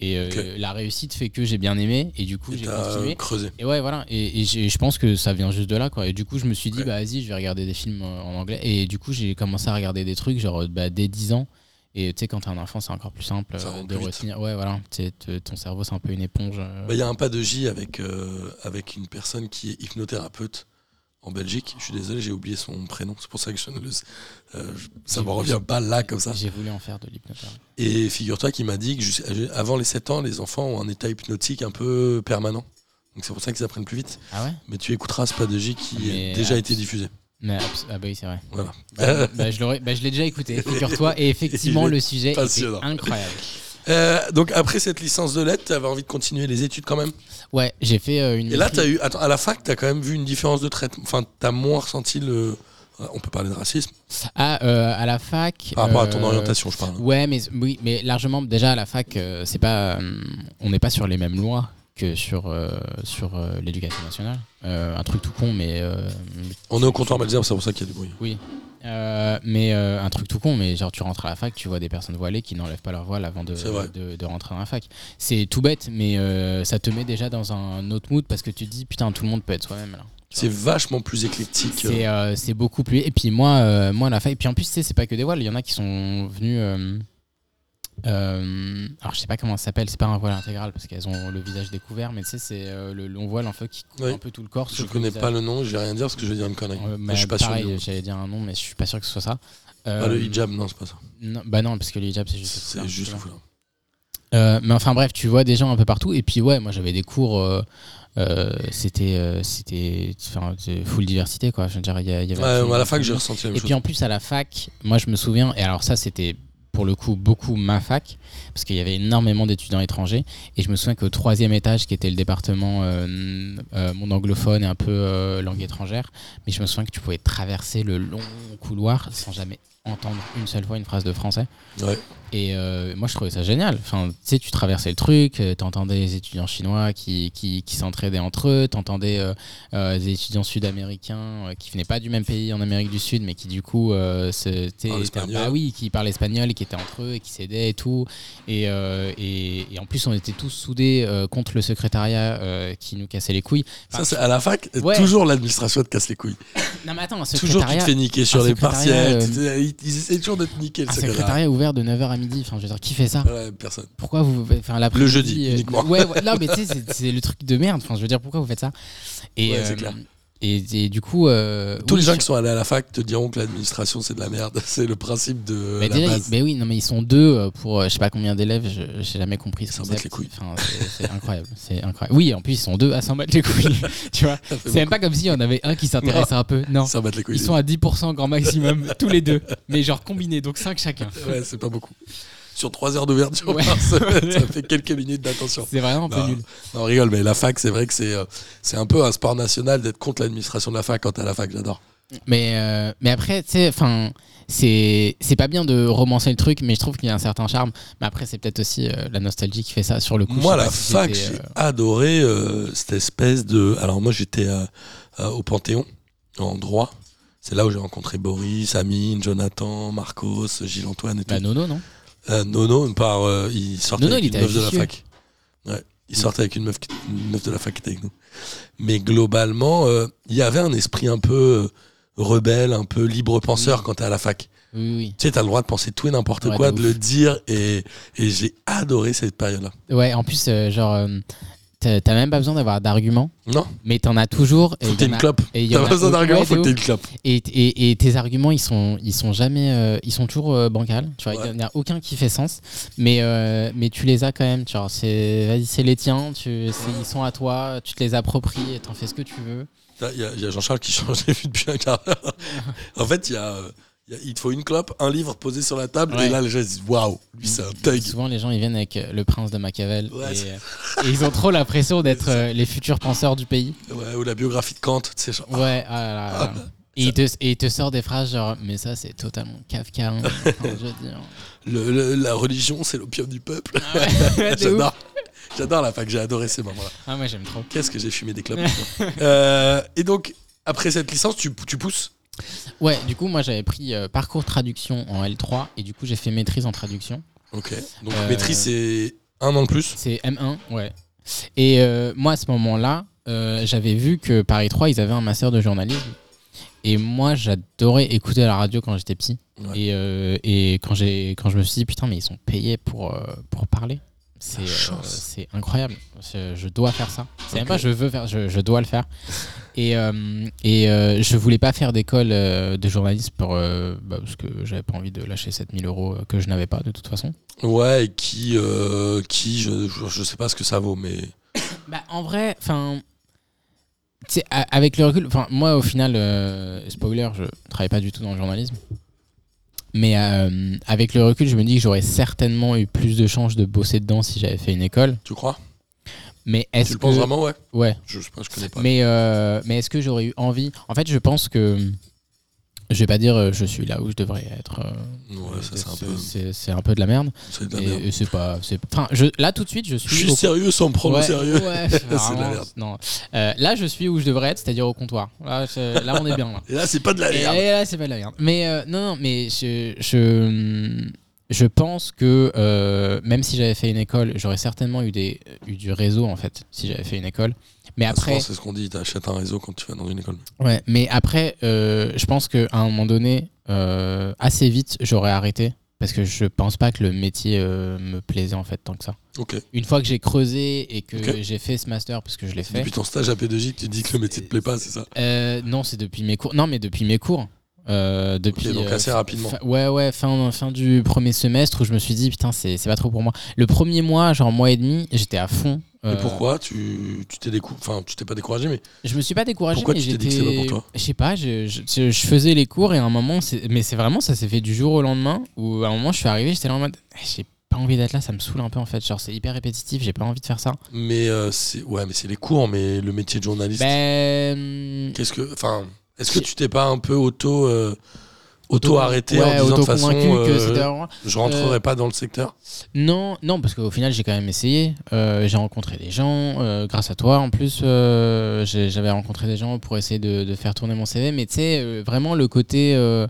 E: Et euh,
A: Ok.
E: la réussite fait que j'ai bien aimé et du coup
A: Et
E: j'ai
A: t'as euh,
E: continué.
A: creusé.
E: Et ouais, voilà. Et, et j'ai- je pense que ça vient juste de là, quoi. Et du coup, je me suis dit,
A: Ouais.
E: bah vas-y, je vais regarder des films euh, en anglais. Et du coup, j'ai commencé à regarder des trucs, genre, euh, bah, dès 10 ans. Et tu sais, quand t'es un enfant, c'est encore plus simple
A: Ça
E: euh,
A: rentre
E: de
A: plus vite.
E: retenir. Ouais, voilà. Tu sais, te- ton cerveau, c'est un peu une éponge. euh.
A: Bah, Il y a un pas de J avec, euh, avec une personne qui est hypnothérapeute en Belgique. Je suis désolé, j'ai oublié son prénom. C'est pour ça que je ne le. euh, je- ça me revient pas là comme ça.
E: J'ai voulu en faire de l'hypnothérapeute.
A: Et figure-toi qu'il m'a dit que jus- euh, avant les 7 ans, les enfants ont un état hypnotique un peu permanent. Donc c'est pour ça qu'ils apprennent plus vite.
E: Ah ouais
A: Mais tu écouteras ce pas de J qui
E: Mais,
A: a déjà
E: euh,
A: été diffusé.
E: Mais abs- Ah bah oui,
A: <laughs>
E: c'est vrai.
A: Voilà.
E: Bah, bah, je l'aurais- bah, je l'ai
A: <laughs>
E: déjà écouté, figure-toi. Et effectivement,
A: Il est
E: le sujet était
A: passionnant.
E: incroyable.
A: Euh, donc après cette licence de lettres, t'avais envie de continuer les études quand même.
E: Ouais, j'ai fait euh, une.
A: Et là,
E: maîtrise-
A: t'as eu, attends, à la fac, t'as quand même vu une différence de traitement. Enfin, t'as moins ressenti le. euh, On peut parler de racisme
E: Ah, euh, à la fac.
A: par rapport à ton
E: euh,
A: orientation, je parle.
E: Ouais, mais oui, mais largement déjà à la fac, euh, c'est pas, euh, on n'est pas sur les mêmes lois que sur euh, sur euh, l'éducation nationale. Euh, un truc tout con, mais euh,
A: On est au comptoir Malzerbe, c'est pour ça qu'il y a du bruit.
E: euh, mais euh, un truc tout con, mais genre tu rentres à la fac, tu vois des personnes voilées qui n'enlèvent pas leur voile avant de
A: C'est vrai.
E: de, de rentrer dans la fac. C'est tout bête, mais euh, ça te met déjà dans un autre mood parce que tu te dis putain tout le monde peut être soi-même là.
A: C'est vachement plus éclectique. euh,
E: C'est euh, c'est beaucoup plus. Et puis moi, euh, moi la faille. Et puis en plus, tu sais, c'est pas que des voiles. Il y en a qui sont venus. euh, euh, alors je sais pas comment ça s'appelle. C'est pas un voile intégral parce qu'elles ont le visage découvert. Mais tu sais, c'est euh, le long voile en fait qui couvre
A: Oui.
E: un peu tout le corps.
A: Je
E: sauf le
A: connais pas
E: visage.
A: le nom, je vais rien dire parce que je vais dire une connerie.
E: Euh,
A: Enfin,
E: mais
A: je suis pas sûr.
E: pareil,
A: du nom.
E: j'allais dire un nom, mais je suis pas sûr que ce soit ça.
A: Ah,
E: Euh,
A: le hijab, non, c'est pas ça.
E: non, bah non, parce que le hijab c'est juste. hein,
A: C'est juste le foulard.
E: Euh, mais enfin bref, tu vois des gens un peu partout. Et puis ouais, moi j'avais des cours, euh, euh, c'était euh, c'était enfin, c'est full diversité quoi. Je veux dire, il y a- il y avait
A: Ouais,
E: absolument
A: à la fac,
E: tout le
A: j'ai
E: monde.
A: ressenti la même
E: Et
A: chose.
E: puis en plus à la fac, moi je me souviens, et alors ça c'était pour le coup beaucoup ma fac, parce qu'il y avait énormément d'étudiants étrangers, et je me souviens qu'au troisième étage qui était le département euh, euh, mon anglophone et un peu euh, langue étrangère, mais je me souviens que tu pouvais traverser le long couloir sans jamais entendre une seule fois une phrase de français.
A: Ouais.
E: Et euh, moi je trouvais ça génial. Enfin, tu sais, tu traversais le truc, euh, t'entendais les étudiants chinois qui, qui, qui s'entraidaient entre eux, t'entendais euh, euh, des étudiants sud-américains euh, qui venaient pas du même pays en Amérique du Sud, mais qui du coup, euh, se- t'es-
A: Parlent
E: t'es-
A: espagnol.
E: bah oui, qui parlent espagnol et qui étaient entre eux et qui s'aidaient et tout. Et, euh, et, et en plus, on était tous soudés euh, contre le secrétariat euh, qui nous cassait les couilles.
A: Ça, c'est à la fac, euh,
E: Ouais.
A: toujours l'administration te casse les couilles.
E: Non, mais attends, un
A: Toujours qui te
E: secrétariat.
A: fait niquer sur
E: un
A: les partiels.
E: secrétariat, euh,
A: Ils, ils essaient toujours de te niquer, le
E: Un
A: secrétariat.
E: secrétariat ouvert de 9h à midi. Enfin, je veux dire, qui fait ça
A: Ouais, personne.
E: pourquoi vous enfin euh, la
A: Le jeudi, uniquement.
E: ouais, ouais, non mais tu sais c'est- c'est le truc de merde enfin je veux dire pourquoi vous faites ça et
A: Ouais, c'est
E: euh,
A: clair.
E: Et, et du coup. euh,
A: Tous
E: oui,
A: les gens
E: je-
A: qui sont allés à la fac te diront que l'administration c'est de la merde. <laughs> C'est le principe de
E: Mais
A: euh, la
E: déjà,
A: base.
E: ils- mais oui, non, mais ils sont deux euh, pour euh, je sais pas combien d'élèves, je j'ai jamais compris ce
A: Ils s'en
E: concept.
A: battent les couilles.
E: Enfin, c'est- c'est incroyable, c'est incroyable. Oui, en plus ils sont deux à s'en battre les couilles, <laughs> tu vois.
A: Ça fait
E: C'est même pas comme si on avait un qui s'intéresse un peu.
A: beaucoup.
E: Non,
A: Ça bat les couilles.
E: ils sont à 10% grand maximum tous les deux, mais genre combinés, donc 5 chacun.
A: Ouais, c'est pas beaucoup. Sur 3 heures d'ouverture
E: Ouais.
A: par
E: <laughs>
A: semaine, ça fait quelques minutes d'attention.
E: C'est vraiment un peu
A: Non.
E: nul.
A: Non, on rigole, mais la fac, c'est vrai que c'est euh, c'est un peu un sport national d'être contre l'administration de la fac quand t'es à la fac, j'adore.
E: Mais euh, mais après, tu sais, enfin, c'est c'est pas bien de romancer le truc, mais je trouve qu'il y a un certain charme. Mais après, c'est peut-être aussi euh, la nostalgie qui fait ça sur le coup. je
A: Moi,
E: sais
A: la
E: pas si
A: fac,
E: c'était,
A: j'ai
E: euh,
A: adoré euh, cette espèce de. Alors, moi, j'étais à- à- au Panthéon, en droit. C'est là où j'ai rencontré Boris, Amine, Jonathan, Marcos, Gilles-Antoine et tout.
E: bah, Nono, non
A: Euh, Nono, par, euh, il sortait
E: Nono,
A: avec
E: il
A: une
E: était
A: meuf de la
E: affiché.
A: fac. Ouais, il sortait avec une meuf, qui- une meuf de la fac qui était avec nous. Mais globalement, euh, il y avait un esprit un peu euh, rebelle, un peu libre penseur quand t'es à la fac.
E: Oui, oui.
A: Tu sais, t'as le droit de penser tout et n'importe
E: Mm. Ouais,
A: quoi,
E: de
A: de
E: ouf.
A: le dire, et, et j'ai adoré cette période-là.
E: Ouais, en plus, euh, genre, euh, t'as t'as même pas besoin d'avoir d'arguments,
A: Non,
E: mais t'en as toujours. et
A: faut que
E: il
A: t'aies
E: y en
A: une
E: a-
A: clope.
E: et il y
A: T'as
E: en
A: pas
E: a-
A: besoin d'argument,
E: ouais,
A: faut
E: de
A: que t'aies
E: ouf.
A: une clope.
E: et, et, et tes arguments, ils sont, ils sont jamais. euh, ils sont toujours euh, bancals. Tu vois, il
A: Ouais.
E: n'y en a aucun qui fait sens, mais, euh, mais tu les as quand même. Genre, c'est vas-y, c'est les tiens, tu, c'est- ils sont à toi, tu te les appropries et t'en fais ce que tu veux.
A: Putain, Il y a, il y a Jean-Charles qui <laughs> change les vues depuis un quart d'heure.
E: <laughs>
A: en fait, il y a, euh, il y a- il te faut une clope, un livre posé sur la table,
E: Ouais.
A: et là, les gens ils disent Waouh, lui, c'est un thug.
E: Souvent, les gens, ils viennent avec euh, le prince de Machiavel
A: Ouais,
E: et,
A: c'est-
E: euh, et ils ont trop
A: <laughs>
E: l'impression d'être euh, les futurs penseurs du pays.
A: Ouais, ou la biographie de Kant, tu sais, genre,
E: Ouais, ah là là là. Et il, te, et il te sort des phrases genre, mais ça c'est totalement Kafka. hein. Enfin, je veux dire.
A: Le- le- la religion, c'est l'opium du peuple. <laughs>
E: Ouais, Ah, de
A: <laughs>
E: ouf.
A: J'adore. J'adore la fac, j'ai adoré ces moments-là.
E: Ah, moi j'aime trop.
A: Qu'est-ce que j'ai fumé des clopes.
E: <laughs>
A: Euh, et donc, après cette licence, tu, tu pousses
E: Ouais, du coup, moi j'avais pris euh, parcours traduction en L3 et du coup j'ai fait maîtrise en traduction.
A: Ok. Donc,
E: Euh,
A: maîtrise, c'est un an de plus.
E: C'est M1, ouais. Et euh, moi à ce moment-là, euh, j'avais vu que Paris 3 ils avaient un master de journalisme. Et moi j'adorais écouter la radio quand j'étais petit.
A: Ouais.
E: Et, euh, et quand, j'ai, quand je me suis dit, putain, mais ils sont payés pour, euh, pour parler. C'est,
A: La
E: euh,
A: chance.
E: c'est incroyable. C'est- je dois faire ça. C'est même
A: Ok.
E: pas je veux faire, je, je dois le faire. et euh, et euh, je voulais pas faire d'école euh, de journalisme pour, euh, bah, parce que j'avais pas envie de lâcher 7000 euros euh, que je n'avais pas de toute façon.
A: Ouais, et qui, euh, qui je, je, je sais pas ce que ça vaut, mais.
E: Bah, en vrai, enfin. tu sais, a- Avec le recul, enfin, moi au final, euh, spoiler, je travaille pas du tout dans le journalisme. Mais euh, avec le recul, je me dis que j'aurais certainement eu plus de chances de bosser dedans si j'avais fait une école.
A: Tu crois
E: Mais est-ce
A: Tu le
E: que.
A: penses vraiment, ouais
E: Ouais.
A: Je sais pas, je connais pas.
E: Mais, euh, mais est-ce que j'aurais eu envie En fait, je pense que. Je vais pas dire euh, je suis là où je devrais être. euh,
A: Ouais, ça, c'est un peu.
E: c'est- c'est un peu de la merde.
A: C'est de la
E: Et-
A: merde.
E: et c'est pas. c'est- Enfin, je, là tout de suite, je suis.
A: Je suis
E: au-
A: sérieux sans me prendre au
E: Ouais,
A: sérieux. <laughs>
E: ouais,
A: la
E: vraiment,
A: merde.
E: non. Euh, là, je suis où je devrais être, c'est-à-dire au comptoir. Là, je- là, on est bien. Là.
A: Et là, c'est pas de <laughs> la
E: Et,
A: merde.
E: et là, c'est pas de la merde. Mais euh, non, non, mais je, je, je pense que euh, même si j'avais fait une école, j'aurais certainement eu, des, eu du réseau, en fait, si j'avais fait une école. Mais
A: Ah, souvent,
E: après,
A: c'est ce qu'on dit, t'achètes un réseau quand tu vas dans une école.
E: ouais, mais après euh, je pense qu'à un moment donné, euh, assez vite, j'aurais arrêté. Parce que je pense pas que le métier euh, me plaisait, en fait, tant que ça.
A: Ok.
E: Une fois que j'ai creusé et que
A: Ok.
E: j'ai fait ce master, parce que je l'ai fait.
A: Depuis ton stage à P2J, que tu dis que le métier te plaît pas, c'est ça
E: Euh, non, c'est depuis mes cours. Non, mais depuis mes cours. Euh, depuis,
A: Ok, donc
E: euh,
A: assez rapidement.
E: fin- ouais, ouais, fin, fin du premier semestre où je me suis dit, putain, c'est c'est pas trop pour moi. Le premier mois, genre mois et demi, j'étais à fond.
A: Mais
E: Euh,
A: pourquoi tu tu t'es décou- enfin tu t'es pas découragé mais
E: Je me suis pas découragé.
A: Pourquoi
E: mais
A: tu t'es dit que
E: j'étais-
A: c'est pas pour toi
E: Je sais pas, je, je- je- je faisais les cours et à un moment, c'est- mais c'est vraiment, ça s'est fait du jour au lendemain où à un moment, je suis arrivé, j'étais là en mode, Eh, j'ai pas envie d'être là, ça me saoule un peu en fait. Genre, c'est hyper répétitif, j'ai pas envie de faire ça.
A: mais euh, c'est ouais mais c'est les cours mais le métier de journaliste
E: Ben.
A: qu'est-ce que enfin est-ce que tu t'es pas un peu auto euh, auto arrêté
E: ouais,
A: en disant de toute façon
E: auto-convaincu que euh,
A: euh,
E: c'était vraiment-
A: je rentrerai pas dans le secteur
E: Non, non, parce qu'au final, j'ai quand même essayé. Euh, j'ai rencontré des gens, euh, grâce à toi en plus. euh, j'ai- J'avais rencontré des gens pour essayer de, de faire tourner mon CV. Mais tu sais, euh, vraiment, le côté, euh,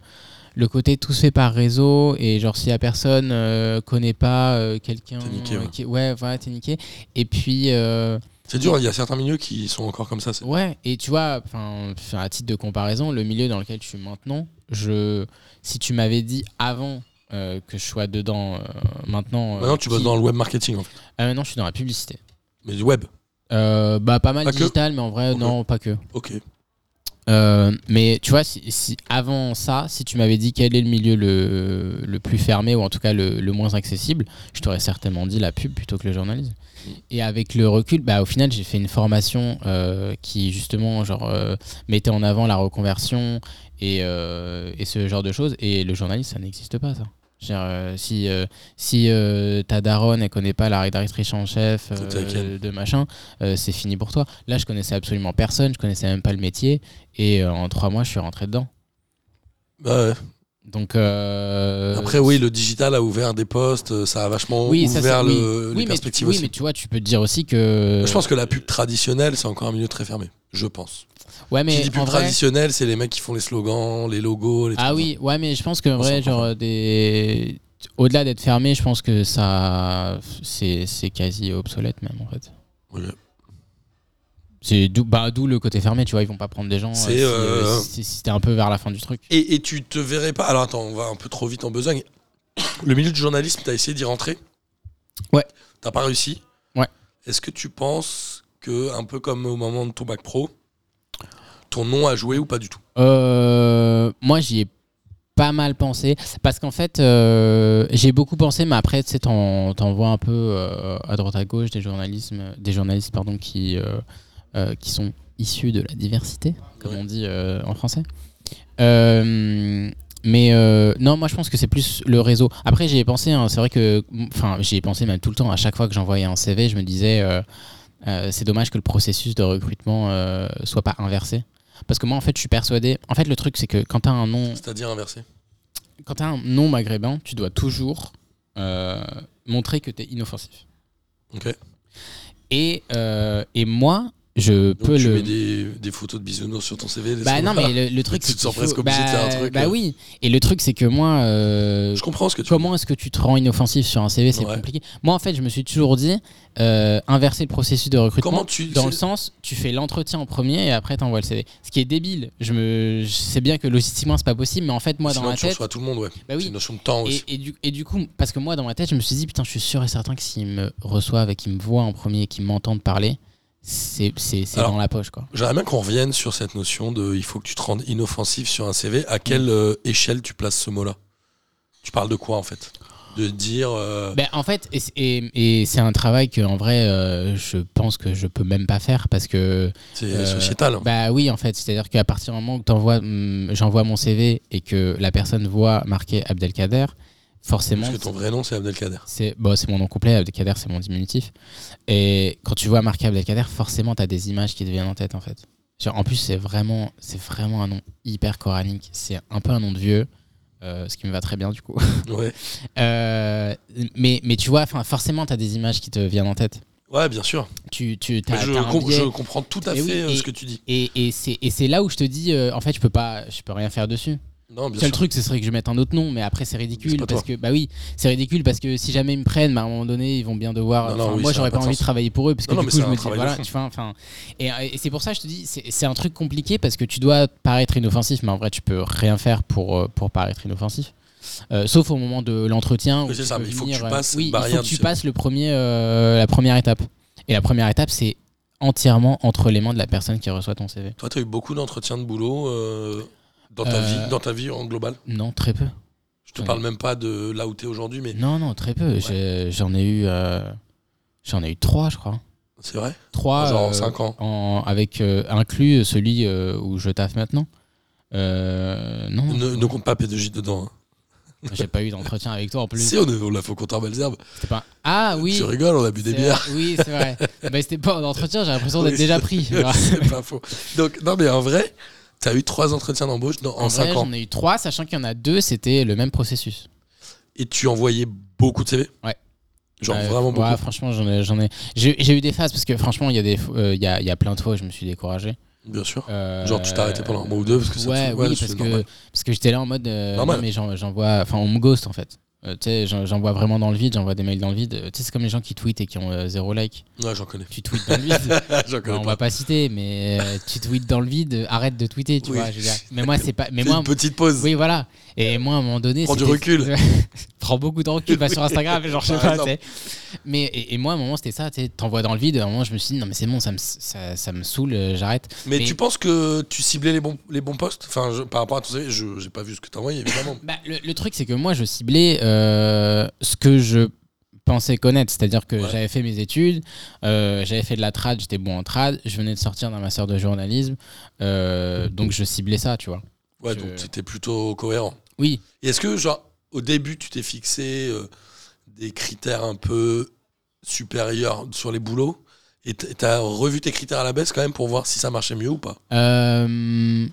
E: le côté tout se fait par réseau. Et genre, si la personne euh, connaît pas euh, quelqu'un.
A: T'es niqué,
E: euh,
A: ouais.
E: qui- ouais, voilà, t'es niqué. Et puis. euh,
A: c'est dur il y a certains milieux qui sont encore comme ça c'est
E: Ouais, et tu vois, enfin, enfin, à titre de comparaison, le milieu dans lequel je suis maintenant, je, si tu m'avais dit avant euh, que je sois dedans, euh, maintenant. euh,
A: maintenant tu bosses
E: qui-
A: dans le web marketing en fait
E: Ah, maintenant, je suis dans la publicité.
A: mais du web
E: Euh, bah, pas mal
A: Pas que
E: digital, mais en vrai,
A: Ok.
E: non, pas que.
A: ok
E: Euh, mais tu vois, si, si- avant ça, si tu m'avais dit quel est le milieu le, le plus fermé ou en tout cas le, le moins accessible, je t'aurais certainement dit la pub plutôt que le journalisme. Et avec le recul, bah, au final, j'ai fait une formation euh, qui justement genre, euh, mettait en avant la reconversion et, euh, et ce genre de choses. Et le journalisme, ça n'existe pas, ça. Genre, euh, si euh, si euh, ta daronne elle connaît pas la rédactrice en chef euh,
A: Tout à fait.
E: de machin, euh, c'est fini pour toi. Là, je connaissais absolument personne, je connaissais même pas le métier, et euh, en trois mois, je suis rentré dedans.
A: Bah Ouais, ouais.
E: Donc euh,
A: Après, oui, le digital a ouvert des postes, euh, ça a vachement
E: oui, ça,
A: ouvert
E: c'est- oui.
A: le,
E: Oui,
A: les
E: mais tu,
A: perspectives
E: oui,
A: aussi.
E: mais tu vois, tu peux te dire aussi que.
A: Je pense que la pub traditionnelle, c'est encore un milieu très fermé, je pense.
E: Ouais,
A: Qui
E: mais
A: dit
E: en
A: pub
E: vrai-
A: traditionnelle, c'est les mecs qui font les slogans, les logos, les trucs
E: Ah
A: comme
E: oui, ouais, mais je pense que en
A: On
E: vrai,
A: s'en
E: genre des. Au-delà d'être fermé, je pense que ça, c'est c'est quasi obsolète même en fait.
A: ça. Ouais.
E: C'est d'où bah, d'où le côté fermé, tu vois, ils vont pas prendre des gens. euh,
A: C'est,
E: si,
A: euh,
E: euh, si- si t'es un peu vers la fin du truc.
A: Et, et tu te verrais pas. Alors attends, on va un peu trop vite en besogne. <coughs> Le milieu du journalisme, t'as essayé d'y rentrer
E: Ouais.
A: T'as pas réussi
E: Ouais.
A: Est-ce que tu penses que, un peu comme au moment de ton bac pro, ton nom a joué ou pas du tout
E: Euh, moi, j'y ai pas mal pensé parce qu'en fait, euh, j'ai beaucoup pensé, mais après, tu sais, t'en t'en vois un peu euh, à droite à gauche des journalismes, des journalistes, pardon, qui euh, euh, qui sont issus de la diversité, comme
A: Ouais.
E: on dit euh, en français. Euh, mais euh, non, moi je pense que c'est plus le réseau. Après, j'y ai pensé, hein, c'est vrai que. Enfin, j'y ai pensé même tout le temps. À chaque fois que j'envoyais un CV, je me disais, euh, euh, c'est dommage que le processus de recrutement euh, soit pas inversé. Parce que moi, en fait, je suis persuadé. En fait, le truc, c'est que quand t'as un nom,
A: C'est-à-dire inversé.
E: quand t'as un nom maghrébin, tu dois toujours euh, montrer que t'es inoffensif.
A: Ok. Donc,
E: Et, euh, et moi, je peux
A: tu
E: le.
A: mets des, des photos de bisounours sur ton CV. des
E: Bah non,
A: trucs-
E: mais le, le truc,
A: <laughs> tu
E: c'est
A: te
E: qu'il
A: sens presque
E: faut-
A: obligé de faire un
E: bah-
A: truc,
E: Bah
A: euh.
E: oui. Et le truc, c'est que moi. euh,
A: Je comprends ce que tu
E: Comment est-ce que tu te rends inoffensif sur un CV C'est
A: Ouais.
E: compliqué. Moi, en fait, je me suis toujours dit euh, inverser le processus de recrutement.
A: Comment tu-
E: dans
A: c'est-
E: le sens, tu fais l'entretien en premier et après t'envoies le CV. Ce qui est débile. Je me, je sais bien que logistiquement c'est pas possible, mais en fait, moi
A: Sinon,
E: dans ma
A: tu
E: tête,
A: reçois tout le monde, ouais.
E: Bah oui.
A: C'est une notion de temps
E: et,
A: aussi.
E: et du, et du coup, parce que moi dans ma tête, je me suis dit putain, je suis sûr et certain que s'ils me reçoivent et qu'ils me voient en premier et qu'ils m'entendent parler, c'est c'est- c'est
A: Alors,
E: dans la poche quoi.
A: J'aimerais bien qu'on revienne sur cette notion de il faut que tu te rendes inoffensif sur un CV. À
E: Mm.
A: quelle euh, échelle tu places ce mot-là Tu parles de quoi en fait De dire. euh,
E: Ben, en fait, et c'est- et, et c'est un travail que en vrai, euh, je pense que je peux même pas faire parce que
A: c'est
E: euh,
A: sociétal. hein.
E: Bah oui, en fait, c'est-à-dire qu'à partir du moment où t'envoies, hum, j'envoie mon CV et que la personne voit marqué Abdelkader, forcément,
A: Parce que ton vrai nom c'est Abdelkader. <laughs>
E: c'est bon, c'est mon nom complet, Abdelkader, c'est mon diminutif. Et quand tu vois marqué Abdelkader, forcément, t'as des images qui te viennent en tête, en fait. Genre, en plus, c'est vraiment, c'est vraiment un nom hyper coranique. C'est un peu un nom de vieux, euh, ce qui me va très bien du coup. <laughs>
A: Ouais.
E: Euh, mais, mais tu vois, enfin, forcément, t'as des images qui te viennent en tête.
A: ouais, bien sûr.
E: Tu, tu,
A: Mais
E: t'as,
A: je,
E: t'as un
A: com-
E: biais.
A: je comprends tout à
E: Et
A: fait
E: oui,
A: euh,
E: et-
A: ce que tu dis.
E: Et, et c'est, et c'est là où je te dis, euh, en fait, je peux pas, je peux rien faire dessus.
A: Non, bien
E: Le seul
A: sûr.
E: truc, ce serait que je mette un autre nom, mais après c'est
A: C'est
E: ridicule
A: pas
E: parce que bah oui, c'est ridicule parce que si jamais ils me prennent, bah, à un moment donné, ils vont bien devoir.
A: Non, non,
E: enfin,
A: oui,
E: moi,
A: ça
E: j'aurais
A: n'a
E: pas
A: pas de
E: envie
A: sens.
E: de travailler pour eux parce que
A: Non, non,
E: du
A: mais
E: coup,
A: c'est
E: je
A: un
E: me dis
A: travail de
E: voilà,
A: fou.
E: tu vois, enfin, et, euh, et c'est pour ça, je te dis, c'est c'est un truc compliqué parce que tu dois paraître inoffensif, mais en vrai, tu peux rien faire pour euh, pour paraître inoffensif. Euh, sauf au moment de l'entretien où
A: Oui, c'est
E: tu
A: ça,
E: peux
A: mais il faut que
E: venir,
A: tu passes
E: euh,
A: cette
E: oui, il faut
A: barrière
E: que
A: du
E: tu
A: cerveau.
E: passes le premier, euh, la première étape. Et la première étape, c'est entièrement entre les mains de la personne qui reçoit ton CV.
A: Toi, tu as eu beaucoup d'entretiens de boulot euh, dans, ta
E: Euh,
A: vie, dans ta vie en global.
E: Non, très peu.
A: Je te
E: ouais.
A: parle même pas de là où tu es aujourd'hui, mais
E: Non, non, très peu. J'ai- J'en ai eu, euh, j'en ai eu trois, je crois.
A: c'est vrai.
E: Trois.
A: Genre en
E: euh,
A: 5 ans.
E: en- avec euh, inclus celui euh, où je taffe maintenant. Euh, non,
A: Ne, ne compte pas P2J dedans. hein.
E: <laughs> j'ai pas eu d'entretien avec toi en plus.
A: Si, on, est- on l'a fait au compteur Belzerbe.
E: C'était pas. Ah oui.
A: Tu rigoles, on a bu
E: c'est
A: des bières.
E: vrai. Oui,
A: <laughs>
E: c'est vrai. bah, c'était pas en entretien. J'ai l'impression d'être
A: Oui,
E: déjà
A: c'est- <laughs>
E: pris.
A: c'est pas faux. Donc, non, mais en vrai, t'as eu trois entretiens d'embauche dans- en
E: En vrai,
A: 5 ans.
E: j'en ai eu trois, sachant qu'il y en a deux, c'était le même processus.
A: Et tu envoyais beaucoup de CV
E: Ouais.
A: Genre
E: Euh,
A: vraiment
E: ouais,
A: beaucoup.
E: franchement, j'en ai, j'en ai. J'ai j'ai eu des phases parce que franchement, il y a des, fois- euh, il y a, il y a plein de fois où je me suis découragé.
A: Bien sûr.
E: Euh,
A: Genre, tu t'es arrêté pendant un mois ou deux parce que ça te
E: ouais,
A: saoule. Ouais,
E: oui,
A: c'est
E: parce que,
A: normal.
E: parce que j'étais là en mode. euh,
A: Normal.
E: non, mais j'en- j'envoie. Enfin, on me ghost en fait. Euh, tu sais, j'en- j'envoie vraiment dans le vide, j'envoie des mails dans le vide. Euh, Tu sais, c'est comme les gens qui tweetent et qui ont euh, zéro like.
A: Ouais, j'en connais.
E: Tu tweets dans le vide.
A: <laughs> j'en
E: Bon,
A: connais
E: on
A: pas.
E: va pas citer, mais euh, tu tweets dans le vide, euh, arrête de tweeter, tu
A: Oui.
E: vois. je veux dire. Mais moi, c'est pas. Mais
A: Fais
E: moi,
A: une petite pause.
E: oui, voilà. Et moi, à un moment donné.
A: Prends du
E: c'était-
A: recul.
E: <laughs> Prends beaucoup de recul, va sur Instagram, genre, je sais
A: Ah,
E: pas,
A: non.
E: tu sais. Mais, et, et moi, à un moment, c'était ça, tu sais, t'envoies dans le vide. À un moment, je me suis dit, non, mais c'est bon, ça me, ça, ça me saoule, euh, j'arrête.
A: Mais,
E: Mais-
A: tu penses que tu ciblais les bons, les bons postes Enfin, je- par rapport à tout ça, je j'ai pas vu ce que t'as envoyé, évidemment.
E: Bah, le, le truc, c'est que moi, je ciblais euh, ce que je pensais connaître. C'est-à-dire que
A: Ouais.
E: j'avais fait mes études, euh, j'avais fait de la trad, j'étais bon en trad, je venais de sortir d'un master de journalisme, euh, donc je ciblais ça, tu vois.
A: Ouais,
E: Je-
A: donc t'étais plutôt cohérent.
E: Oui,
A: Et est-ce que, genre, au début, tu t'es fixé euh, des critères un peu supérieurs sur les boulots et t- t'as revu tes critères à la baisse quand même pour voir si ça marchait mieux ou pas
E: Euh,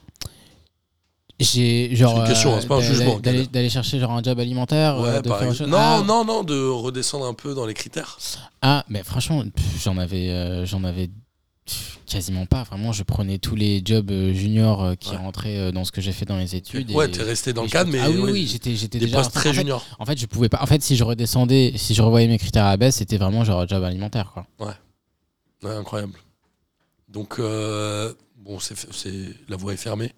E: j'ai genre euh,
A: C'est une question, hein, c'est pas un
E: d'aller-
A: jugement,
E: d'aller-
A: Ken.
E: d'aller chercher genre un job alimentaire euh, de
A: par
E: faire autre
A: exemple.
E: chose.
A: Non,
E: ah,
A: non, non, de redescendre un peu dans les critères.
E: ah, mais franchement pff, j'en avais euh, j'en avais pff, quasiment pas vraiment je prenais tous les jobs euh, juniors euh, qui
A: Ouais.
E: rentraient euh, dans ce que j'ai fait dans les études et-
A: Ouais, t'es resté dans
E: et
A: le
E: je-
A: cadre, mais
E: ah oui
A: ouais,
E: oui j'étais j'étais
A: des
E: déjà
A: postes
E: en
A: très
E: fait,
A: juniors.
E: en fait je pouvais pas en fait si je redescendais si je revoyais mes critères à la baisse c'était vraiment genre job alimentaire quoi
A: Ouais, incroyable. Donc, euh, bon, c'est c'est- la voie est fermée.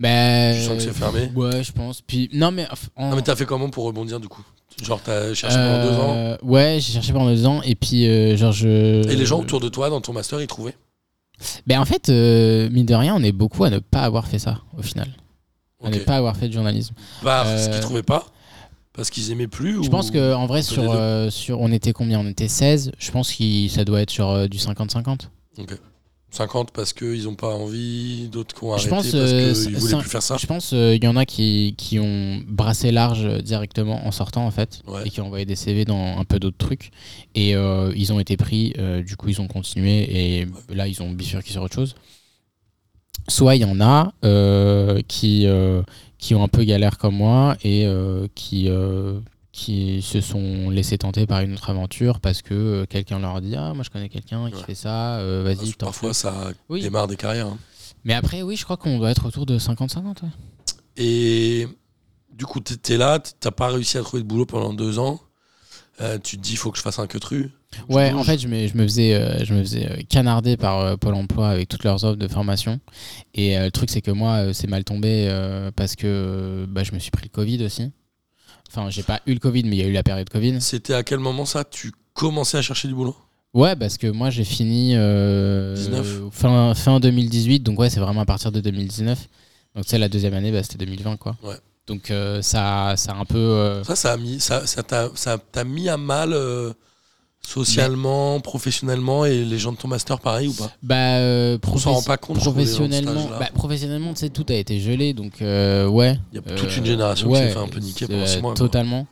E: mais
A: Je sens que c'est fermé.
E: Ben, ouais je pense puis non mais enfin, en-
A: Ah, mais t'as fait comment pour rebondir du coup Genre, t'as cherché pendant deux ans
E: Euh, Ouais, j'ai cherché pendant deux ans et puis euh, genre je.
A: et les gens autour de toi, dans ton master, ils trouvaient
E: Ben en fait, euh, mine de rien, on est beaucoup à ne pas avoir fait ça au final. À
A: Ok.
E: ne pas avoir fait de journalisme.
A: Parce
E: euh,
A: qu'ils trouvaient pas Parce qu'ils aimaient plus
E: Je
A: ou-
E: pense que en vrai
A: peu
E: sur
A: des deux.
E: euh, sur on était combien On était 16. Je pense que ça doit être sur euh, du 50-50.
A: 50 parce qu'ils ont pas envie, d'autres qui ont
E: Je
A: arrêté
E: pense,
A: parce
E: euh,
A: qu'ils voulaient
E: cin-
A: plus faire ça.
E: Je pense euh, il y en a qui qui ont brassé large euh, directement en sortant en fait
A: Ouais.
E: et qui ont envoyé des CV dans un peu d'autres trucs et euh, ils ont été pris. euh, du coup, ils ont continué et là ils ont bifurqué sur autre chose. soit il y en a euh, qui, euh, qui ont un peu galère comme moi et euh, qui, euh, qui se sont laissés tenter par une autre aventure parce que euh, quelqu'un leur dit Ah, moi je connais quelqu'un qui
A: Ouais.
E: fait ça, euh, vas-y, t'en
A: Parfois, ça
E: Oui.
A: démarre des carrières. hein.
E: Mais après, oui, je crois qu'on doit être autour de 50-50. ouais.
A: Et du coup, t'es t'es là, t'as pas réussi à trouver de boulot pendant deux ans. Euh, tu te dis, il faut que je fasse un que tru.
E: Ouais,
A: bouge.
E: en fait, je me, je me faisais, euh, je me faisais euh, canarder par euh, Pôle emploi avec toutes leurs offres de formation. Et euh, le truc, c'est que moi, euh, c'est mal tombé euh, parce que euh, bah, je me suis pris le Covid aussi. Enfin, j'ai pas eu le Covid, mais il y a eu la période Covid.
A: C'était à quel moment ça Tu commençais à chercher du boulot
E: Ouais, parce que moi j'ai fini euh,
A: 19.
E: fin, fin 2018, donc ouais, c'est vraiment à partir de 2019. Donc tu sais, la deuxième année, bah, c'était 2020, quoi.
A: Ouais.
E: Donc euh, ça, ça a un peu. euh,
A: Ça, ça a mis, ça, ça t'a, ça t'a mis à mal euh, socialement, professionnellement et les gens de ton master, pareil ou pas
E: bah, euh,
A: On s'en rend
E: professe-
A: pas compte. je trouve, les gens de cet
E: professionnellement,
A: âge-là.
E: bah, professionnellement, tu sais, tout a été gelé, donc euh, ouais.
A: Il y a toute
E: Euh,
A: une génération qui
E: ouais,
A: s'est fait un peu niquer
E: euh,
A: pendant six mois. quoi.
E: Totalement.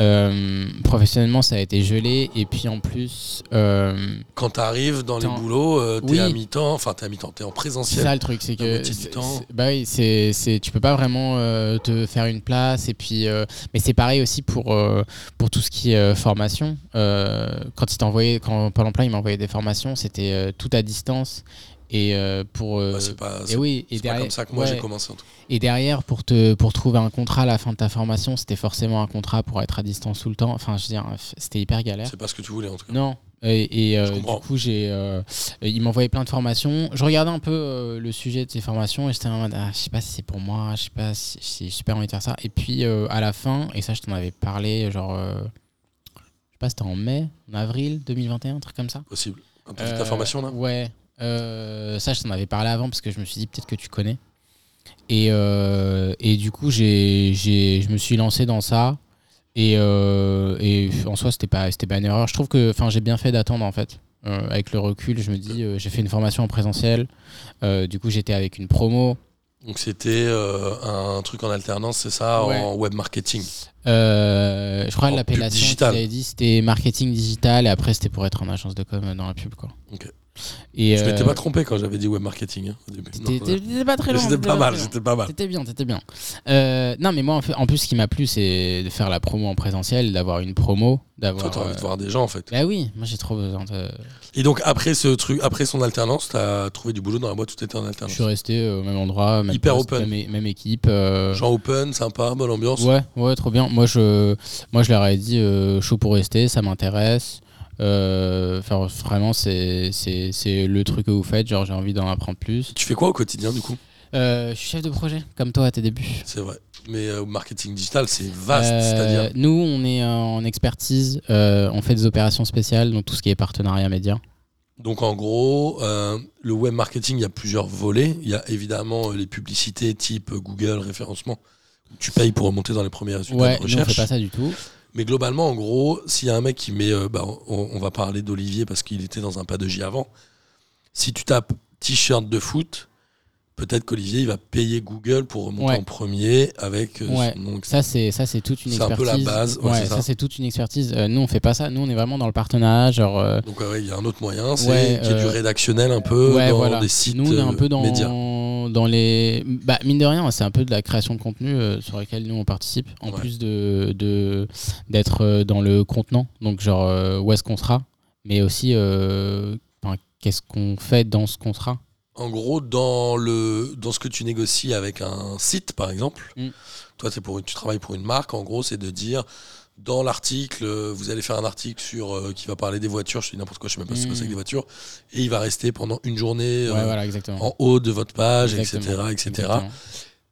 E: Euh, professionnellement, ça a été gelé, et puis en plus, euh,
A: Quand t'arrives dans les
E: Attends.
A: boulots, euh, t'es
E: Oui.
A: à mi-temps, enfin t'es à mi-temps, t'es en
E: C'est
A: présentiel.
E: ça le truc, c'est
A: la
E: que
A: moitié du
E: c'est-
A: temps.
E: c'est- bah oui, c'est c'est tu peux pas vraiment euh, te faire une place et puis euh, mais c'est pareil aussi pour euh, pour tout ce qui est euh, formation. Euh, quand il t'envoyait quand Pôle Emploi il m'envoyait des formations, c'était euh, tout à distance et euh, pour euh,
A: Ouais, c'est pas,
E: et
A: c'est
E: oui et
A: c'est pas
E: derrière
A: comme ça que moi
E: ouais.
A: j'ai commencé en tout cas.
E: et derrière pour te pour trouver un contrat à la fin de ta formation, c'était forcément un contrat pour être à distance tout le temps. Enfin je veux dire c'était hyper galère.
A: C'est pas ce que tu voulais en tout cas.
E: Non. Et, et, euh,
A: Je
E: du
A: comprends.
E: coup, j'ai, euh, il m'envoyait plein de formations. Je regardais un peu euh, le sujet de ces formations et j'étais en mode, ah, je sais pas si c'est pour moi, je sais pas si si j'ai super envie de faire ça. Et puis euh, à la fin, et ça, je t'en avais parlé, genre, euh, je sais pas, c'était en mai, en avril 2021, un truc comme ça.
A: Possible. Quand t'as fait
E: Euh,
A: ta formation là
E: Ouais. Euh, ça, je t'en avais parlé avant parce que je me suis dit peut-être que tu connais. Et, euh, et du coup, j'ai, j'ai- je me suis lancé dans ça. Et, euh, et en soi, c'était pas, c'était pas une erreur. Je trouve que enfin, j'ai bien fait d'attendre en fait. Euh, avec le recul, je me dis, euh, j'ai fait une formation en présentiel. Euh, du coup, j'étais avec une promo.
A: Donc c'était euh, un truc en alternance, c'est ça,
E: Ouais.
A: en web marketing.
E: Euh, je crois
A: En
E: que
A: pub
E: l'appellation qu'ils
A: digital.
E: avaient dit, c'était marketing digital. Et après, c'était pour être en agence de com euh, dans la pub. Quoi.
A: Ok.
E: Et,
A: Je
E: euh,
A: m'étais pas trompé quand j'avais dit web marketing hein, au début. Non,
E: t'étais-
A: voilà.
E: t'étais pas très loin.
A: C'était
E: t'étais
A: pas mal,
E: très loin.
A: c'était pas mal.
E: T'étais bien, t'étais bien. Euh, non, mais moi, en, fait- en plus, ce qui m'a plu, c'est de faire la promo en présentiel, d'avoir une promo,
A: Toi,
E: d'avoir.
A: t'as envie de
E: euh,
A: voir Ah, des gens en fait.
E: Bah oui, moi j'ai trop besoin de.
A: Et donc après ce truc, après son alternance, t'as trouvé du boulot dans la boîte, tout était en
E: Je
A: alternance.
E: suis resté euh, au même endroit, même
A: Hyper
E: poste,
A: open.
E: Même, même équipe. euh,
A: Genre open, sympa, bonne ambiance.
E: Ouais, ouais, trop bien. Moi, je, moi, je leur ai dit, euh, chaud pour rester, ça m'intéresse. Euh, Enfin, vraiment, c'est c'est- c'est le truc que vous faites. Genre, j'ai envie d'en apprendre plus.
A: Tu fais quoi au quotidien du coup
E: Euh, je suis chef de projet, comme toi à tes débuts.
A: C'est vrai. Mais euh, au marketing digital, c'est vaste.
E: Euh,
A: C'est-à-dire,
E: nous, on est euh, en expertise, euh, on fait des opérations spéciales, donc tout ce qui est partenariat média.
A: donc en gros, euh, le web marketing, il y a plusieurs volets. Il y a évidemment euh, les publicités type euh, Google, référencement. Tu payes pour remonter dans les premiers résultats
E: ouais,
A: de
E: nous, on fait
A: recherche.
E: pas ça du tout.
A: Mais globalement, en gros, s'il y a un mec qui met. euh, bah, on, on va parler d'Olivier parce qu'il était dans un pas de J avant. Si tu tapes t-shirt de foot, peut-être qu'Olivier, il va payer Google pour remonter
E: Ouais.
A: en premier avec euh,
E: Ouais.
A: son nom, etc.
E: Ça, c'est ça, c'est toute une
A: C'est un peu
E: expertise.
A: la base, ouais,
E: Ouais,
A: c'est ça.
E: ça, c'est toute une expertise. Euh, nous, on fait pas ça. Nous, on est vraiment dans le partenariat, genre. euh,
A: Donc, ouais, il y a un autre moyen, c'est
E: Ouais,
A: qu'il y ait du
E: euh,
A: rédactionnel un peu
E: ouais,
A: dans
E: voilà.
A: des sites
E: nous, on est un
A: euh,
E: peu dans,
A: médias.
E: dans les. Bah, mine de rien, c'est un peu de la création de contenu euh, sur laquelle nous on participe, en
A: Ouais.
E: plus de de- d'être euh, dans le contenant, donc genre euh, où est-ce qu'on sera, mais aussi euh, enfin, qu'est-ce qu'on fait dans ce contrat.
A: En gros, dans, le, dans ce que tu négocies avec un site, par exemple,
E: Mm.
A: toi, t'es pour, une- tu travailles pour une marque, en gros, c'est de dire, dans l'article, euh, vous allez faire un article sur, euh, qui va parler des voitures, je dis n'importe quoi, je sais même pas ce que
E: Mm.
A: c'est que des voitures, et il va rester pendant une journée euh,
E: ouais, voilà, exactement.
A: en haut de votre page,
E: Exactement.
A: etc. etc.
E: Exactement.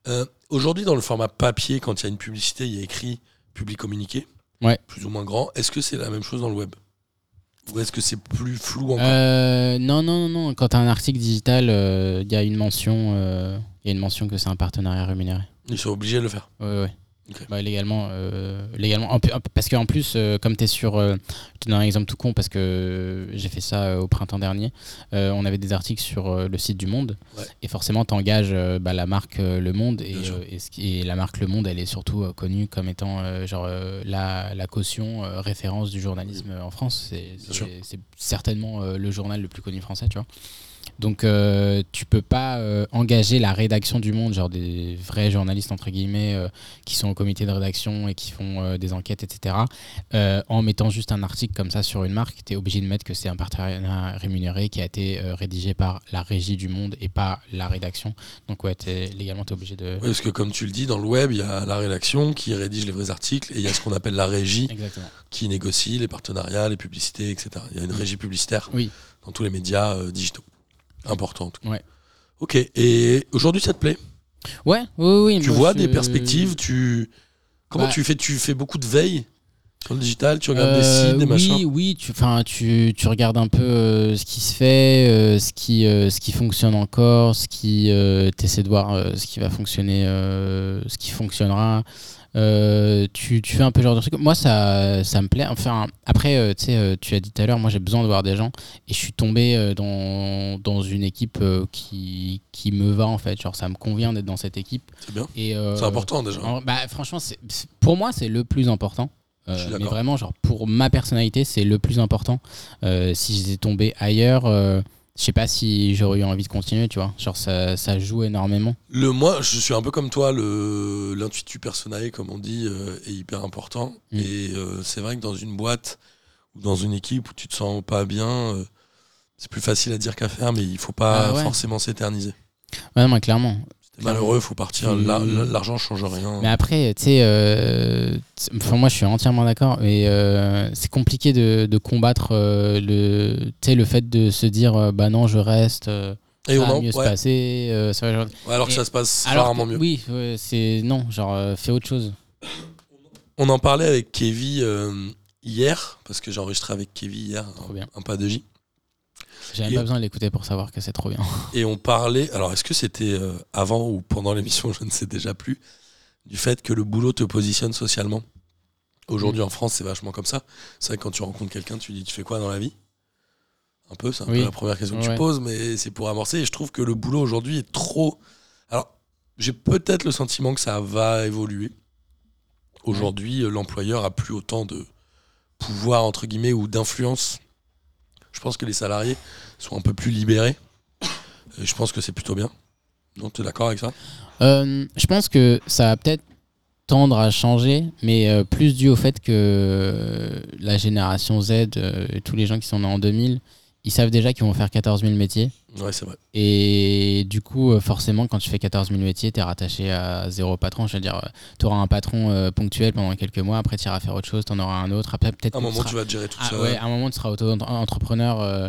A: Euh, Aujourd'hui, dans le format papier, quand il y a une publicité, il y a écrit public communiqué,
E: Ouais.
A: plus ou moins grand. Est-ce que c'est la même chose dans le web Ou est-ce que c'est plus flou encore
E: Euh, non, non, non, non. Quand t'as un article digital, euh, il y a une mention, euh, il y a une mention que c'est un partenariat rémunéré.
A: Ils sont obligés de le faire.
E: Ouais, ouais.
A: Ok.
E: Bah, légalement, euh, légalement. En pu- en- parce qu'en plus, euh, comme tu es sur. euh, je te donne un exemple tout con parce que euh, j'ai fait ça euh, au printemps dernier. Euh, on avait des articles sur euh, le site du Monde.
A: Ouais.
E: Et forcément, tu engages la marque euh, Le Monde. Et,
A: Bien sûr.
E: euh, et ce qui- et la marque Le Monde, elle est surtout euh, connue comme étant euh, genre, euh, la, la caution euh, référence du journalisme euh, en France. C'est-
A: sûr.
E: C'est c'est certainement euh, le journal le plus connu français, tu vois. Donc euh, tu peux pas euh, engager la rédaction du Monde, genre des vrais journalistes entre guillemets euh, qui sont au comité de rédaction et qui font euh, des enquêtes, etc. euh, en mettant juste un article comme ça sur une marque, tu es obligé de mettre que c'est un partenariat rémunéré qui a été euh, rédigé par la régie du Monde et pas la rédaction. Donc ouais, t'es- légalement tu es obligé de...
A: Oui, parce que comme tu le dis, dans le web, il y a la rédaction qui rédige les vrais articles et il y a ce qu'on appelle la régie
E: Exactement.
A: qui négocie les partenariats, les publicités, etc. Il y a une régie publicitaire
E: Oui.
A: dans tous les médias euh, digitaux. Important en tout cas.
E: Ouais.
A: Ok, et aujourd'hui ça te plaît
E: Ouais, oui, oui.
A: Tu
E: moi,
A: vois
E: je-
A: des perspectives tu... Comment
E: Bah.
A: tu fais Tu fais beaucoup de veille sur le digital Tu regardes
E: Euh,
A: des sites, des
E: oui,
A: machins
E: Oui, tu, 'fin, tu, tu regardes un peu euh, ce qui se fait, euh, ce, qui, euh, ce qui fonctionne encore, ce qui t'essaie de voir euh, ce qui va fonctionner, euh, ce qui fonctionnera. Euh, tu, tu fais un peu ce genre de truc. Moi, ça, ça me plaît. Enfin, après, euh, tu sais, euh, tu as dit tout à l'heure, moi, j'ai besoin de voir des gens et je suis tombé euh, dans, dans une équipe euh, qui, qui me va en fait. Genre, ça me convient d'être dans cette équipe.
A: C'est bien.
E: Et,
A: C'est
E: euh,
A: important déjà.
E: en- bah, franchement, c'est- c'est- pour moi, c'est le plus important. Euh,
A: Je suis
E: mais
A: d'accord.
E: vraiment, genre, pour ma personnalité, c'est le plus important. Euh, si j'étais tombé ailleurs, euh, je sais pas si j'aurais eu envie de continuer, tu vois. Genre, ça, ça joue énormément.
A: Le moi, je suis un peu comme toi, le l'intuitu personnel, comme on dit, euh, est hyper important.
E: Mm.
A: Et euh, c'est vrai que dans une boîte ou dans une équipe où tu te sens pas bien, euh, c'est plus facile à dire qu'à faire, mais il faut pas
E: Ah ouais.
A: forcément s'éterniser.
E: Ouais, non, mais clairement.
A: C'est malheureux, faut partir.
E: Mm. Bah,
A: La- la- L'argent change rien.
E: Mais après, tu sais, euh, t- enfin, moi, je suis entièrement d'accord. Mais euh, c'est compliqué de, de combattre euh, le, tu sais, le fait de se dire, euh, bah non, je reste, euh,
A: Et
E: ça
A: on
E: va
A: en,
E: mieux se
A: ouais.
E: passer. euh, ça va, genre-
A: Ouais, alors que
E: Et-
A: ça se passe
E: Alors
A: rarement
E: que-
A: mieux.
E: Oui, ouais, c'est non, genre, euh, fais autre chose.
A: On en parlait avec Kevin euh, hier, parce que j'ai enregistré avec Kevin hier
E: Trop
A: un-
E: bien.
A: un pas de J.
E: J'ai même
A: Et-
E: pas besoin de l'écouter pour savoir que c'est trop bien. <laughs>
A: Et on parlait, alors est-ce que c'était euh, avant ou pendant l'émission, <laughs> je ne sais déjà plus, du fait que le boulot te positionne socialement. Aujourd'hui en France, c'est vachement comme ça. C'est vrai que quand tu rencontres quelqu'un, tu dis tu fais quoi dans la vie Un peu, c'est un
E: Oui.
A: peu la première question que tu
E: Ouais.
A: poses, mais c'est pour amorcer. Et je trouve que le boulot aujourd'hui est trop. Alors, j'ai peut-être le sentiment que ça va évoluer. Aujourd'hui, euh, l'employeur a plus autant de pouvoir, entre guillemets, ou d'influence. Je pense que les salariés sont un peu plus libérés. Et je pense que c'est plutôt bien. Non, tu es d'accord avec ça
E: Euh, je pense que ça va peut-être tendre à changer, mais euh, plus dû au fait que euh, la génération Z euh, et tous les gens qui sont nés en 2000, ils savent déjà qu'ils vont faire 14 000 métiers.
A: Ouais, c'est vrai.
E: Et du coup, euh, forcément, quand tu fais 14 000 métiers, t'es rattaché à zéro patron. C'est-à-dire, tu auras euh, un patron euh, ponctuel pendant quelques mois, après tu iras faire autre chose, t'en auras un autre, après peut-être
A: À un
E: que
A: moment,
E: tu seras-
A: tu vas te gérer tout
E: Ah
A: ça.
E: ouais, à un moment, tu seras auto-entrepreneur. euh,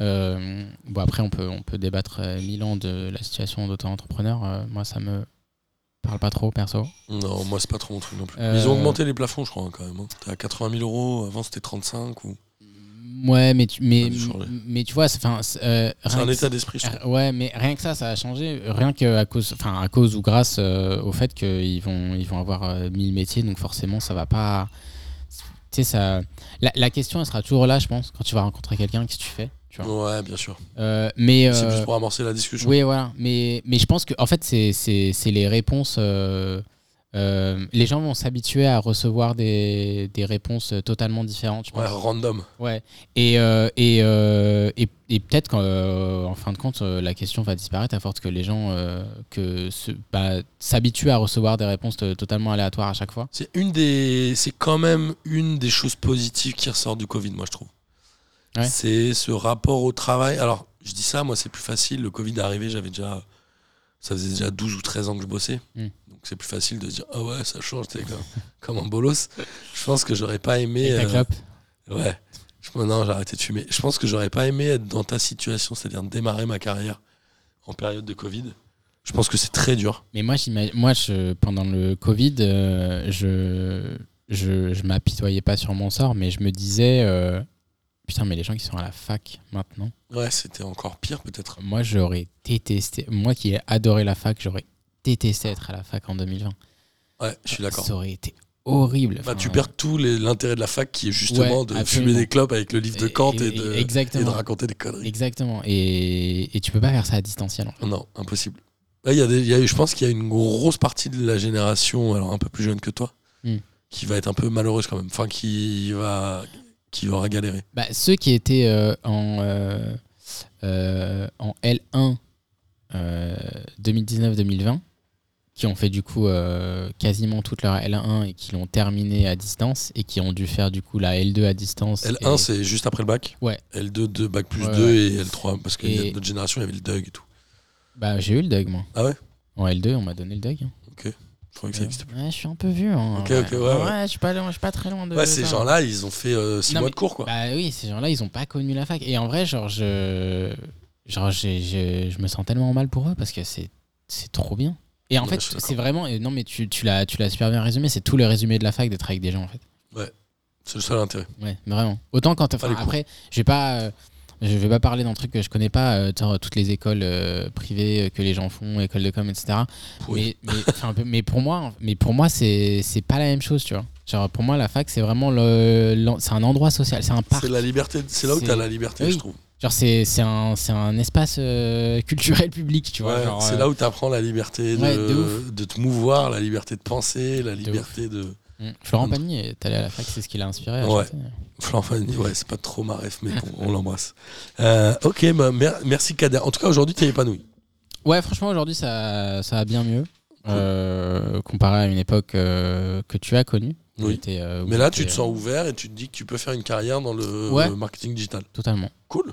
E: euh, bon, après, on peut, on peut débattre euh, mille ans de la situation d'auto-entrepreneur. euh, moi, ça me parle pas trop, perso.
A: Non, moi, c'est pas trop mon truc non plus.
E: Euh,
A: Mais Ils ont augmenté les plafonds, je crois, hein, quand même. hein. T'es à 80 000 euros, avant c'était 35. Ou...
E: Ouais, mais tu, mais,
A: dû changer.
E: mais tu vois, c'est 'fin, c'est, euh,
A: C'est
E: rien
A: un
E: que
A: état d'esprit, je trouve.
E: Euh, Ouais, mais rien que ça, ça a changé. Rien que à cause, enfin à cause ou grâce euh, au fait qu'ils vont, ils vont avoir euh, 1000 métiers, donc forcément, ça va pas. Tu sais, ça. La, la question, elle sera toujours là, je pense, quand tu vas rencontrer quelqu'un, qu'est-ce que tu fais, tu vois.
A: Ouais, bien sûr.
E: Euh, mais
A: C'est
E: euh,
A: juste pour amorcer la discussion.
E: oui, voilà. Mais, mais je pense que, en fait, c'est- c'est c'est les réponses. euh, euh, les gens vont s'habituer à recevoir des, des réponses totalement différentes. Je pense.
A: Ouais, random.
E: Ouais, et, euh, et, euh, et, et peut-être qu'en euh, en fin de compte, euh, la question va disparaître à force que les gens euh, que se- bah, s'habituent à recevoir des réponses t- totalement aléatoires à chaque fois.
A: C'est une des, c'est quand même une des choses positives qui ressort du Covid, moi je trouve.
E: Ouais.
A: C'est ce rapport au travail. Alors, je dis ça, moi c'est plus facile. Le Covid est arrivé, j'avais déjà, ça faisait déjà 12 ou 13 ans que je bossais,
E: Mm.
A: donc c'est plus facile de se dire ah ouais, ça change, t'es comme, <laughs> comme un bolos. Je pense que j'aurais pas aimé.
E: Et ta
A: euh,
E: clope.
A: Ouais. Je, non, j'ai arrêté de fumer. Je pense que j'aurais pas aimé être dans ta situation, c'est-à-dire démarrer ma carrière en période de Covid. Je pense que c'est très dur.
E: Mais moi, j'imagine- moi je, pendant le Covid, euh, je, je, je m'apitoyais pas sur mon sort, mais je me disais, euh, putain, mais les gens qui sont à la fac maintenant,
A: Ouais, c'était encore pire peut-être.
E: moi j'aurais détesté, moi qui ai adoré la fac, j'aurais détesté être à la fac en 2020.
A: Ouais, je suis d'accord.
E: Ça aurait été horrible.
A: Bah,
E: Enfin,
A: tu perds tout les- l'intérêt de la fac qui est justement
E: Ouais,
A: de
E: absolument.
A: fumer des clopes avec le livre de Kant et,
E: Et- et-
A: de,
E: exactement.
A: et de raconter des conneries.
E: Exactement. Et, et tu peux pas faire ça à distanciel. en fait.
A: Non, impossible. Là, il y a des- il y a- je pense qu'il y a une grosse partie de la génération, alors un peu plus jeune que toi,
E: Hmm.
A: qui va être un peu malheureuse quand même. Enfin, qui va, qui aura galéré.
E: Bah, ceux qui étaient euh, en, euh, euh, en L1 euh, 2019-2020, qui ont fait du coup euh, quasiment toute leur L1 et qui l'ont terminé à distance et qui ont dû faire du coup la L2 à distance.
A: L1,
E: et-
A: c'est juste après le bac.
E: Ouais.
A: L2, 2, bac plus
E: Ouais,
A: 2
E: ouais.
A: et L3. Parce que
E: Et-
A: notre génération, il y avait le Doug et tout.
E: Bah, j'ai eu le Doug, moi.
A: Ah ouais
E: En L2, on m'a donné le Doug. hein.
A: Je crois que ça existe.
E: Ouais, je suis un peu vieux. hein.
A: Ok, ok, ouais, ouais.
E: je suis pas loin- je suis pas très loin de.
A: Ouais, ces
E: ça.
A: gens-là, ils ont fait 6
E: Non,
A: mois
E: mais-
A: de cours, quoi.
E: Bah oui, ces gens-là, ils ont pas connu la fac. Et en vrai, genre, je, genre, j'ai- j'ai- je me sens tellement mal pour eux parce que c'est, c'est trop bien. Et en
A: Ouais,
E: fait,
A: je suis
E: c'est vraiment. et Non, mais tu, tu l'as, tu l'as super bien résumé. C'est tout le résumé de la fac d'être avec des gens, en fait.
A: C'est le seul intérêt.
E: Ouais, vraiment. Autant quand. enfin,
A: Ah, les cours.
E: après, je vais pas. euh, je vais pas parler d'un truc que je connais pas, euh, genre, toutes les écoles euh, privées euh, que les gens font, écoles de com, etc.
A: Pourri.
E: Mais, mais, enfin, un peu- mais pour moi, mais pour moi, c'est c'est pas la même chose, tu vois. Genre pour moi, la fac, c'est vraiment le, l'en- c'est un endroit social, c'est un parc.
A: C'est la liberté. C'est là où
E: C'est-
A: t'as la liberté,
E: Oui.
A: je trouve.
E: Genre c'est c'est un, c'est un espace euh, culturel public, tu vois.
A: Ouais,
E: genre,
A: c'est
E: euh,
A: là où tu apprends la liberté de,
E: Ouais, de ouf.
A: de te mouvoir, la liberté de penser, la
E: ouf.
A: liberté de.
E: mm. Florent Pagny est allé à la fac, c'est ce qui l'a inspiré. à
A: Ouais.
E: chanter.
A: Florent Pagny, ouais, c'est pas trop ma ref, mais bon, on l'embrasse. Euh, ok, bah, mer- merci Kader. En tout cas, aujourd'hui, t'es épanoui.
E: Ah Ouais, franchement aujourd'hui ça, ça va bien mieux euh, comparé à une époque euh, que tu as connue. où
A: Oui.
E: t'étais, euh, où
A: Mais là,
E: t'étais,
A: tu te sens ouvert et tu te dis que tu peux faire une carrière dans le
E: Ouais.
A: le marketing digital.
E: euh, Totalement.
A: Cool.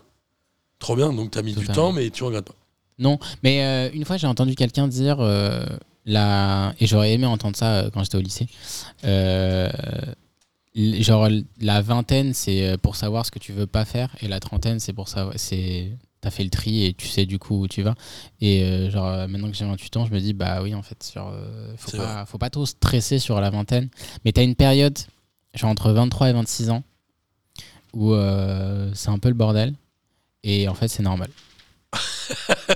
A: Trop bien. Donc, t'as mis du
E: Totalement.
A: temps, mais tu regrettes pas. <laughs>
E: Mais euh, une fois, j'ai entendu quelqu'un dire, euh, la... et j'aurais aimé entendre ça euh, quand j'étais au lycée, euh, l- genre l- la vingtaine, c'est euh, pour savoir ce que tu veux pas faire, et la trentaine, c'est pour savoir... c'est T'as fait le tri et tu sais du coup où tu vas. Et euh, genre euh, maintenant que j'ai 28 ans, je me dis bah oui en fait, genre, euh, faut,
A: C'est
E: pas, faut pas trop stresser sur la vingtaine. Mais t'as une période, genre entre 23 et 26 ans, où euh, c'est un peu le bordel. Et en fait c'est normal.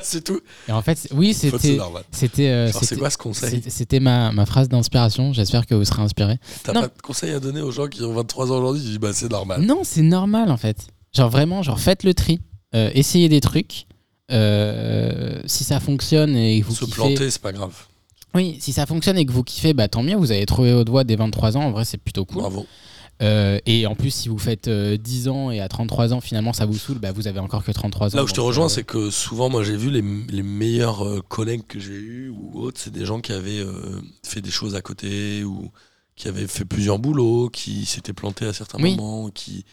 A: c'est tout.
E: Et en fait, c'est- oui
A: Faut que C'est
E: c'était...
A: normal.
E: C'était euh,
A: Genre, C'est
E: c'était-
A: quoi ce conseil
E: c'était- c'était ma, ma phrase d'inspiration. J'espère que vous serez inspirés.
A: T'as
E: non. Mmh.
A: pas de conseil à donner aux gens qui ont 23 ans aujourd'hui Tu dis, bah, c'est normal.
E: Non, c'est normal en fait. Genre vraiment, genre faites le tri, Euh, essayez des trucs. Euh, si ça fonctionne et que vous
A: Se
E: kiffez-
A: planter, c'est pas grave.
E: oui, si ça fonctionne et que vous kiffez, bah tant mieux. Vous avez trouvé votre voie dès 23 ans. En vrai, c'est plutôt cool.
A: Bravo.
E: Euh, et en plus, si vous faites euh, 10 ans et à 33 ans finalement ça vous saoule, bah vous avez encore que 33 ans.
A: Là où je te
E: Donc,
A: rejoins,
E: euh,
A: c'est que souvent, moi, j'ai vu les, les meilleurs euh, collègues que j'ai eus ou autres, c'est des gens qui avaient euh, fait des choses à côté ou qui avaient fait plusieurs boulots, qui s'étaient plantés à certains
E: Oui.
A: moments, qui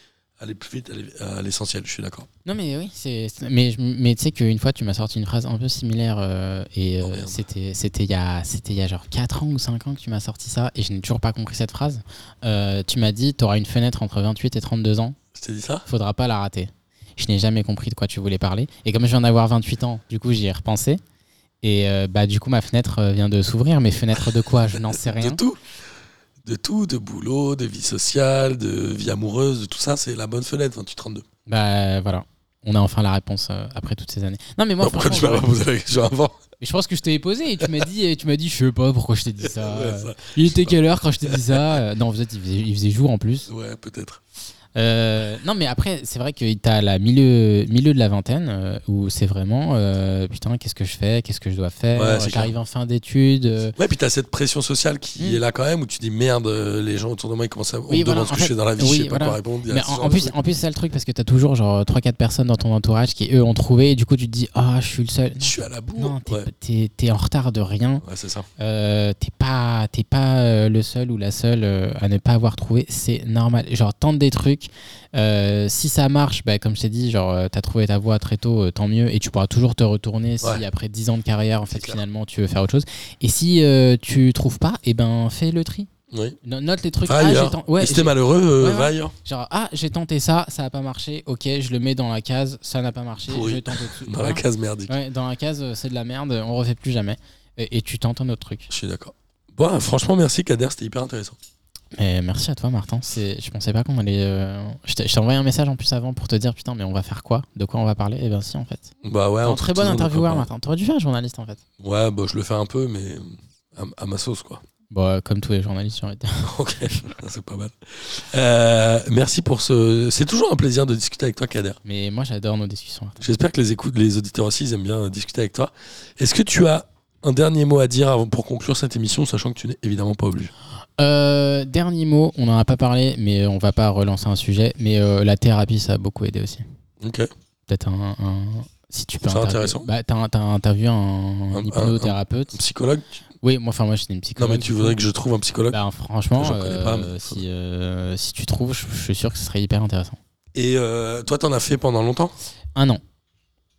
A: aller plus vite aller- à l'essentiel, je suis d'accord.
E: Non, mais oui, c'est. c'est- Mais, je- mais tu sais qu'une fois, tu m'as sorti une phrase un peu similaire euh, et
A: Oh,
E: euh,
A: merde.
E: c'était c'était il y a c'était il y a genre 4 ans ou 5 ans que tu m'as sorti ça et je n'ai toujours pas compris cette phrase. Euh, tu m'as dit, t'auras une fenêtre entre 28 et 32 ans,
A: Je t'ai dit ça
E: faudra pas la rater. Je n'ai jamais compris de quoi tu voulais parler et comme je viens d'avoir 28 ans, du coup, j'y ai repensé. Et euh, bah du coup ma fenêtre euh, vient de s'ouvrir, mais fenêtre de quoi Je n'en
A: <laughs>
E: sais
A: De
E: rien.
A: tout De tout, de boulot, de vie sociale, de vie amoureuse, de tout ça, c'est la bonne fenêtre, 28-32.
E: Bah voilà, on a enfin la réponse euh, après toutes ces années. Non mais moi
A: Pourquoi tu
E: franchement,
A: m'as pas posé la question avant
E: Mais je pense que je t'ai posé et tu m'as dit, et tu m'as dit, je sais pas pourquoi je t'ai dit ça.
A: <laughs> Ouais,
E: Euh, Il était quelle heure quand je t'ai dit ça Euh, Non, vous êtes, il faisait, il faisait jour en plus.
A: ça- ouais, peut-être.
E: Euh, non, mais après, c'est vrai que t'as la milieu, milieu de la vingtaine euh, où c'est vraiment, euh, putain, qu'est-ce que je fais Qu'est-ce que je dois faire
A: Ouais, c'est
E: J'arrive en fin d'études. euh,
A: Ouais, puis t'as cette pression sociale qui
E: Hmm.
A: est là quand même, où tu dis merde, euh, les gens autour de moi ils commencent à. On
E: Oui,
A: me
E: voilà,
A: demande ce
E: en
A: que je
E: fait,
A: fais dans la vie,
E: oui,
A: je sais pas
E: voilà.
A: quoi répondre. il y a
E: Mais
A: ce
E: en,
A: genre
E: en
A: de
E: plus,
A: truc.
E: en plus c'est ça le truc parce que t'as toujours genre 3-4 personnes dans ton entourage qui eux ont trouvé et du coup tu te dis, ah, je suis le seul.
A: je suis à la
E: Non,
A: bourre.
E: non, t'es
A: ouais,
E: t'es- t'es en retard de rien.
A: Ouais, c'est ça.
E: Euh, t'es pas, t'es pas euh, le seul ou la seule euh, à ne pas avoir trouvé, c'est normal. Genre, tente des trucs. Euh, si ça marche, bah, comme je t'ai dit, genre, euh, t'as trouvé ta voie très tôt, euh, tant mieux. Et tu pourras toujours te retourner si
A: Ouais.
E: après 10 ans de carrière, en
A: C'est
E: fait,
A: clair.
E: finalement, tu veux faire autre chose. Et si euh, tu trouves pas, et ben, fais le tri.
A: Oui.
E: No- Note les trucs.
A: Va
E: Ah, j'ai
A: ailleurs.
E: ten- ouais,
A: Et si t'es
E: j'ai-
A: malheureux, euh,
E: Ouais, ouais.
A: va ailleurs.
E: genre, ah, j'ai tenté ça, ça a pas marché. Ok, je le mets dans la case, ça n'a pas marché.
A: Pourri.
E: Je tente autre chose.
A: Dans la
E: Voilà.
A: case merdique.
E: Ah. Ouais, dans la case, euh, c'est de la merde, on refait plus jamais. Et, et tu tentes un autre truc.
A: Je suis d'accord. Bon, franchement, merci Kader, c'était hyper intéressant.
E: Mais merci à toi, Martin. C'est- Je pensais pas qu'on allait. euh, Je t'ai je t'ai envoyé un message en plus avant pour te dire putain, mais on va faire quoi De quoi on va parler Et ben si, en fait.
A: Bah ouais.
E: T'es
A: on
E: un très
A: trouve toujours de
E: bon
A: quoi
E: intervieweur,
A: parler.
E: Martin. T'aurais dû faire journaliste, en fait.
A: Ouais, bah je le fais un peu, mais à, à ma sauce,
E: <laughs>
A: quoi.
E: Bon, euh, comme tous les journalistes, j'ai envie de dire.
A: ok, <laughs> c'est pas mal. Euh, merci pour ce. C'est toujours un plaisir de discuter avec toi, Kader.
E: Mais moi, j'adore nos discussions, Martin.
A: J'espère que les, écoutes, les auditeurs aussi, ils aiment bien euh, discuter avec toi. Est-ce que tu as un dernier mot à dire avant, pour conclure cette émission, sachant que tu n'es évidemment pas obligé
E: Euh, dernier mot, on en a pas parlé, mais euh, on va pas relancer un sujet. Mais euh, la thérapie, ça a beaucoup aidé aussi.
A: Ok.
E: Peut-être un. un- Si tu peux
A: C'est
E: interviewer-
A: intéressant.
E: Bah, t'as t'as interviewé un,
A: Un- un-
E: hypnothérapeute.
A: Psychologue
E: Oui, moi, enfin, moi, j'étais une
A: Non,
E: psychologue.
A: mais tu voudrais que je trouve un psychologue.
E: Bah, franchement,
A: J'en connais pas,
E: euh,
A: mais-
E: si, euh, si tu trouves, je, je suis sûr que ce serait hyper intéressant.
A: Et euh, toi, t'en as fait pendant longtemps
E: Un an.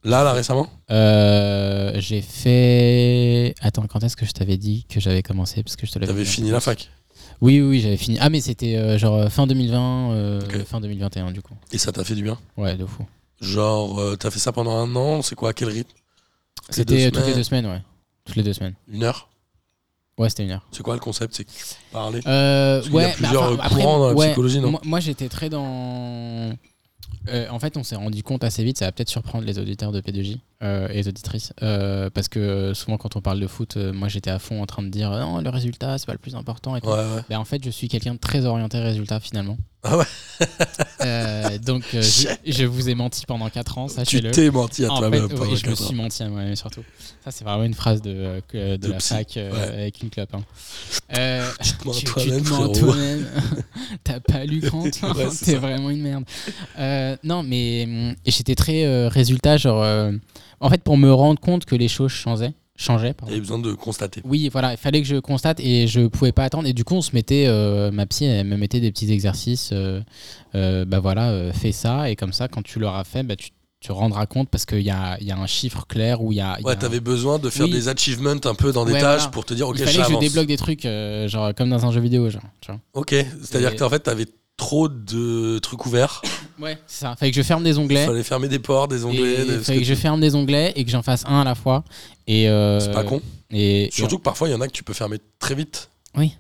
A: Là, là, récemment
E: Euh, j'ai fait. Attends, quand est-ce que je t'avais dit que j'avais commencé Parce que je te l'avais
A: T'avais
E: dit en
A: fini
E: plus.
A: la fac.
E: Oui, oui, oui, j'avais fini. Ah, mais c'était euh, genre euh, fin 2020, euh,
A: Ok.
E: fin 2021, du coup.
A: Et ça t'a fait du bien
E: Ouais, de fou.
A: Genre, euh, t'as fait ça pendant un an, c'est quoi à Quel rythme C'est
E: C'était euh,
A: deux
E: toutes les
A: semaines,
E: deux semaines, ouais. Toutes les deux semaines.
A: Une heure
E: Ouais, c'était une heure.
A: C'est quoi le concept C'est que tu parlais
E: Euh,
A: Parce qu'il y a
E: ouais, mais
A: plusieurs
E: enfin, après,
A: courants dans la
E: ouais,
A: psychologie, non
E: Moi, moi, j'étais très dans. Euh, en fait, on s'est rendu compte assez vite, ça va peut-être surprendre les auditeurs de P2J euh, et les auditrices, euh, parce que euh, souvent quand on parle de foot, euh, moi j'étais à fond en train de dire non, le résultat c'est pas le plus important. Et tout.
A: Ouais, ouais.
E: Ben, en fait, je suis quelqu'un de très orienté résultat finalement.
A: Ah ouais.
E: Euh, donc euh, je, je vous ai menti pendant 4 ans,
A: Tu
E: sachez-le.
A: t'es menti à
E: En fait,
A: toi-même
E: ouais,
A: pendant
E: je me
A: quatre ans.
E: suis menti à moi-même surtout. Ça, c'est vraiment une phrase de, euh, que- de
A: De
E: la
A: psy,
E: fac euh,
A: ouais.
E: avec une clope. hein. Euh,
A: Tu te mens à
E: tu, tu
A: toi-même,
E: te mens
A: frérot.
E: toi-même. <laughs> T'as pas lu Kant. hein.
A: <laughs> Ouais, c'est
E: T'es
A: ça.
E: vraiment une merde. Euh, non, mais hum, et j'étais très euh, résultat. Genre, euh, en fait, pour me rendre compte que les choses changeaient, changeaient pardon.
A: T'avais besoin de constater.
E: Oui, voilà, il fallait que je constate et je pouvais pas attendre. Et du coup, on se mettait, euh, ma psy, elle me mettait des petits exercices. euh, euh, bah voilà, euh, fais ça. Et comme ça, quand tu l'auras fait, bah, tu te rendras compte parce qu'il y a, il y a un chiffre clair où il y a. il y a
A: Ouais,
E: un-
A: t'avais besoin de faire
E: Oui.
A: des achievements un peu dans des
E: Ouais,
A: tâches
E: voilà.
A: pour te dire, ok,
E: il fallait que je
A: j'avance.
E: débloque des trucs, euh, genre comme dans un jeu vidéo, genre. Tu vois.
A: Ok, c'est-à-dire
E: Et-
A: qu'en fait, t'avais trop de trucs ouverts.
E: Ouais, c'est ça. Fallait que je ferme des
A: Il
E: onglets.
A: fallait fermer des ports, des onglets.
E: et
A: des-
E: fallait que je ferme des onglets et que j'en fasse un à la fois. Et euh,
A: C'est pas con.
E: Et, et-
A: Surtout que parfois, il y en a que tu peux fermer très vite.
E: Ouais.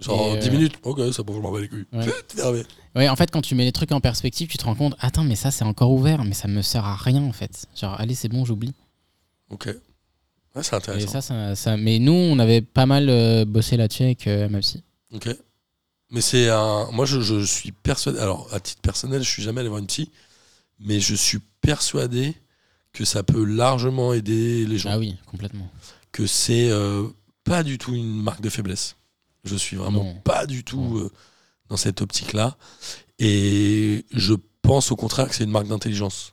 A: Genre
E: Et,
A: 10
E: euh,
A: minutes. Ok, ça peut, je m'en bats les couilles.
E: Ouais.
A: T'es fermé.
E: Ouais, en fait, quand tu mets les trucs en perspective, tu te rends compte, attends, mais ça c'est encore ouvert, mais ça me sert à rien en fait. Genre, allez, c'est bon, j'oublie.
A: Ok. Ouais, c'est
E: Et
A: intéressant.
E: ça, ça, ça- Mais nous, on avait pas mal euh, bossé là-dessus avec euh, ma psy.
A: Ok. Mais c'est un. Moi, je, je suis persuadé. Alors, à titre personnel, je suis jamais allé voir une psy, mais je suis persuadé que ça peut largement aider les gens.
E: Ah oui, complètement.
A: Que c'est euh, pas du tout une marque de faiblesse. Je suis vraiment
E: Non.
A: pas du tout euh, dans cette optique-là. Et je pense au contraire que c'est une marque d'intelligence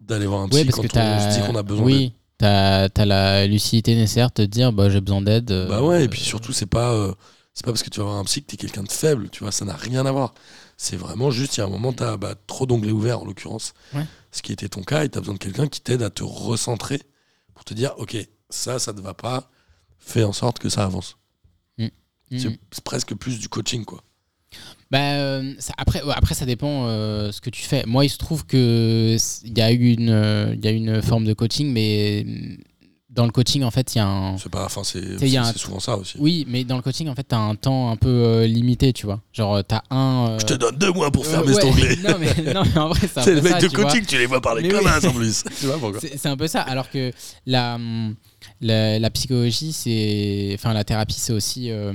A: d'aller voir un psy
E: Ouais, parce
A: quand
E: que
A: on
E: t'as.
A: se dit qu'on a besoin d'aide.
E: Oui, t'as t'as la lucidité nécessaire de te dire, bah j'ai besoin d'aide. euh,
A: Bah ouais, et puis surtout, c'est pas, euh, c'est pas parce que tu vas voir un psy que t'es quelqu'un de faible, tu vois, ça n'a rien à voir. C'est vraiment juste, il y a un moment, tu as trop d'onglets ouverts en l'occurrence,
E: Ouais.
A: ce qui était ton cas, et tu as besoin de quelqu'un qui t'aide à te recentrer pour te dire, ok, ça, ça ne va pas, fais en sorte que ça avance.
E: Mm.
A: C'est c'est presque plus du coaching, quoi.
E: Bah, euh, ça- après, ouais, après, ça dépend euh, ce que tu fais. Moi, il se trouve que c- il y a eu une, euh, il y a une forme de coaching, mais euh, dans le coaching, en fait, il y a un.
A: C'est pas, enfin, c'est
E: il y a
A: c'est-
E: Mm. un-
A: c'est souvent ça aussi.
E: Oui, mais dans le coaching, en fait, t'as un temps un peu euh, limité, tu vois. Genre, euh, t'as un. euh,
A: Je te donne deux mois pour
E: euh,
A: fermer cet
E: ouais.
A: onglet.
E: <laughs>
A: <laughs>
E: non, mais, non, mais en vrai, c'est un
A: C'est
E: peu
A: le mec
E: ça,
A: de
E: tu vois.
A: coaching, tu les vois parler
E: Mais
A: comme
E: oui.
A: un, en
E: <laughs>
A: plus. tu vois pourquoi
E: C'est c'est un peu ça. Alors que la, hum, la, la psychologie, c'est. Enfin, la thérapie, c'est aussi. euh,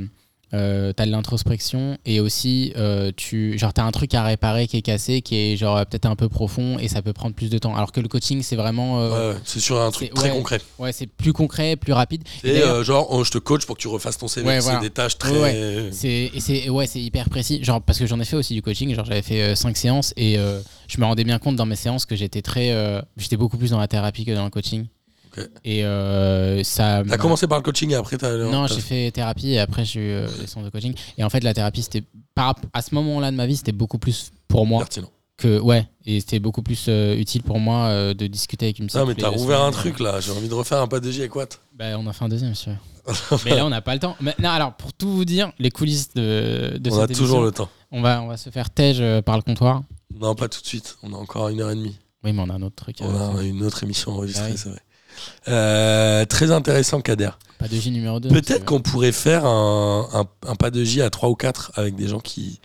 E: euh, t'as de l'introspection et aussi euh, tu genre t'as un truc à réparer qui est cassé qui est genre euh, peut-être un peu profond et ça peut prendre plus de temps alors que le coaching c'est vraiment euh,
A: Ouais, ouais, c'est sur un truc
E: c'est-
A: très
E: ouais.
A: concret.
E: ouais, c'est plus concret plus rapide Et
A: Et
E: d'ailleurs-
A: euh, genre, oh, je te coach pour que tu refasses ton CV.
E: Ouais,
A: c'est
E: voilà.
A: des tâches très.
E: C'est et c'est et ouais, c'est hyper précis. Genre parce que j'en ai fait aussi du coaching, genre j'avais fait 5 séances et euh, je me rendais bien compte dans mes séances que j'étais très euh, j'étais beaucoup plus dans la thérapie que dans le coaching.
A: Ok.
E: Et euh,
A: T'as
E: ça m'a-
A: commencé par le coaching et après t'as.
E: non,
A: t'as-
E: j'ai fait thérapie et après j'ai eu euh, les séances de coaching. Et en fait, la thérapie, c'était par rapp- à ce moment-là de ma vie, c'était beaucoup plus pour moi
A: Pertinent.
E: que ouais, et c'était beaucoup plus euh, utile pour moi euh, de discuter avec une. psy
A: Ça, mais
E: toutes
A: t'as
E: les deux
A: rouvert
E: semaines.
A: un truc là. J'ai envie de refaire un pas de J avec Watt.
E: Bah, on a fait un deuxième,
A: <laughs>
E: monsieur. mais là, on n'a pas le temps. Mais, non, alors pour tout vous dire, les coulisses de, de
A: On a
E: cette
A: toujours
E: émission-
A: le temps.
E: On va, on va se faire tège euh, par le comptoir.
A: Non, pas tout de suite. On a encore une heure et demie.
E: Oui, mais on a un autre truc.
A: On
E: euh,
A: a une autre émission enregistrée,
E: Ah oui.
A: c'est vrai. Euh, très intéressant, Kader.
E: Pas de J numéro euh, 2.
A: Peut-être qu'on pourrait faire un, un- un pas de J à 3 ou 4 avec des gens qui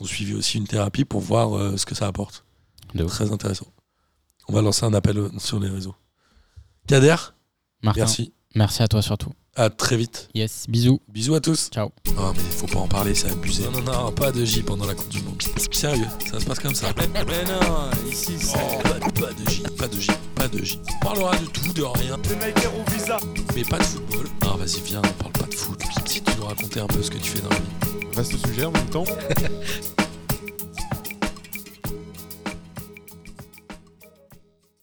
A: ont suivi aussi une thérapie pour voir euh, ce que ça apporte.
E: De ouf.
A: Très intéressant. On va lancer un appel euh, sur les réseaux. Kader,
E: Martin, merci.
A: merci.
E: merci à toi surtout.
A: À très vite.
E: Yes, bisous.
A: Bisous à tous.
E: Ciao.
A: Non, Ah, mais faut pas en parler, c'est abusé. Non, non, non, un pas de J pendant la Coupe du Monde. Sérieux, ça se passe comme ça. Oh.
B: Mais non, ici c'est.
A: Pas, pas de J, pas de J, pas de J. On parlera de tout, de rien. Mais pas de football. Ah, vas-y, viens, on parle pas de foot. Si tu nous racontais un peu ce que tu fais dans la vie.
C: Vaste sujet en même temps.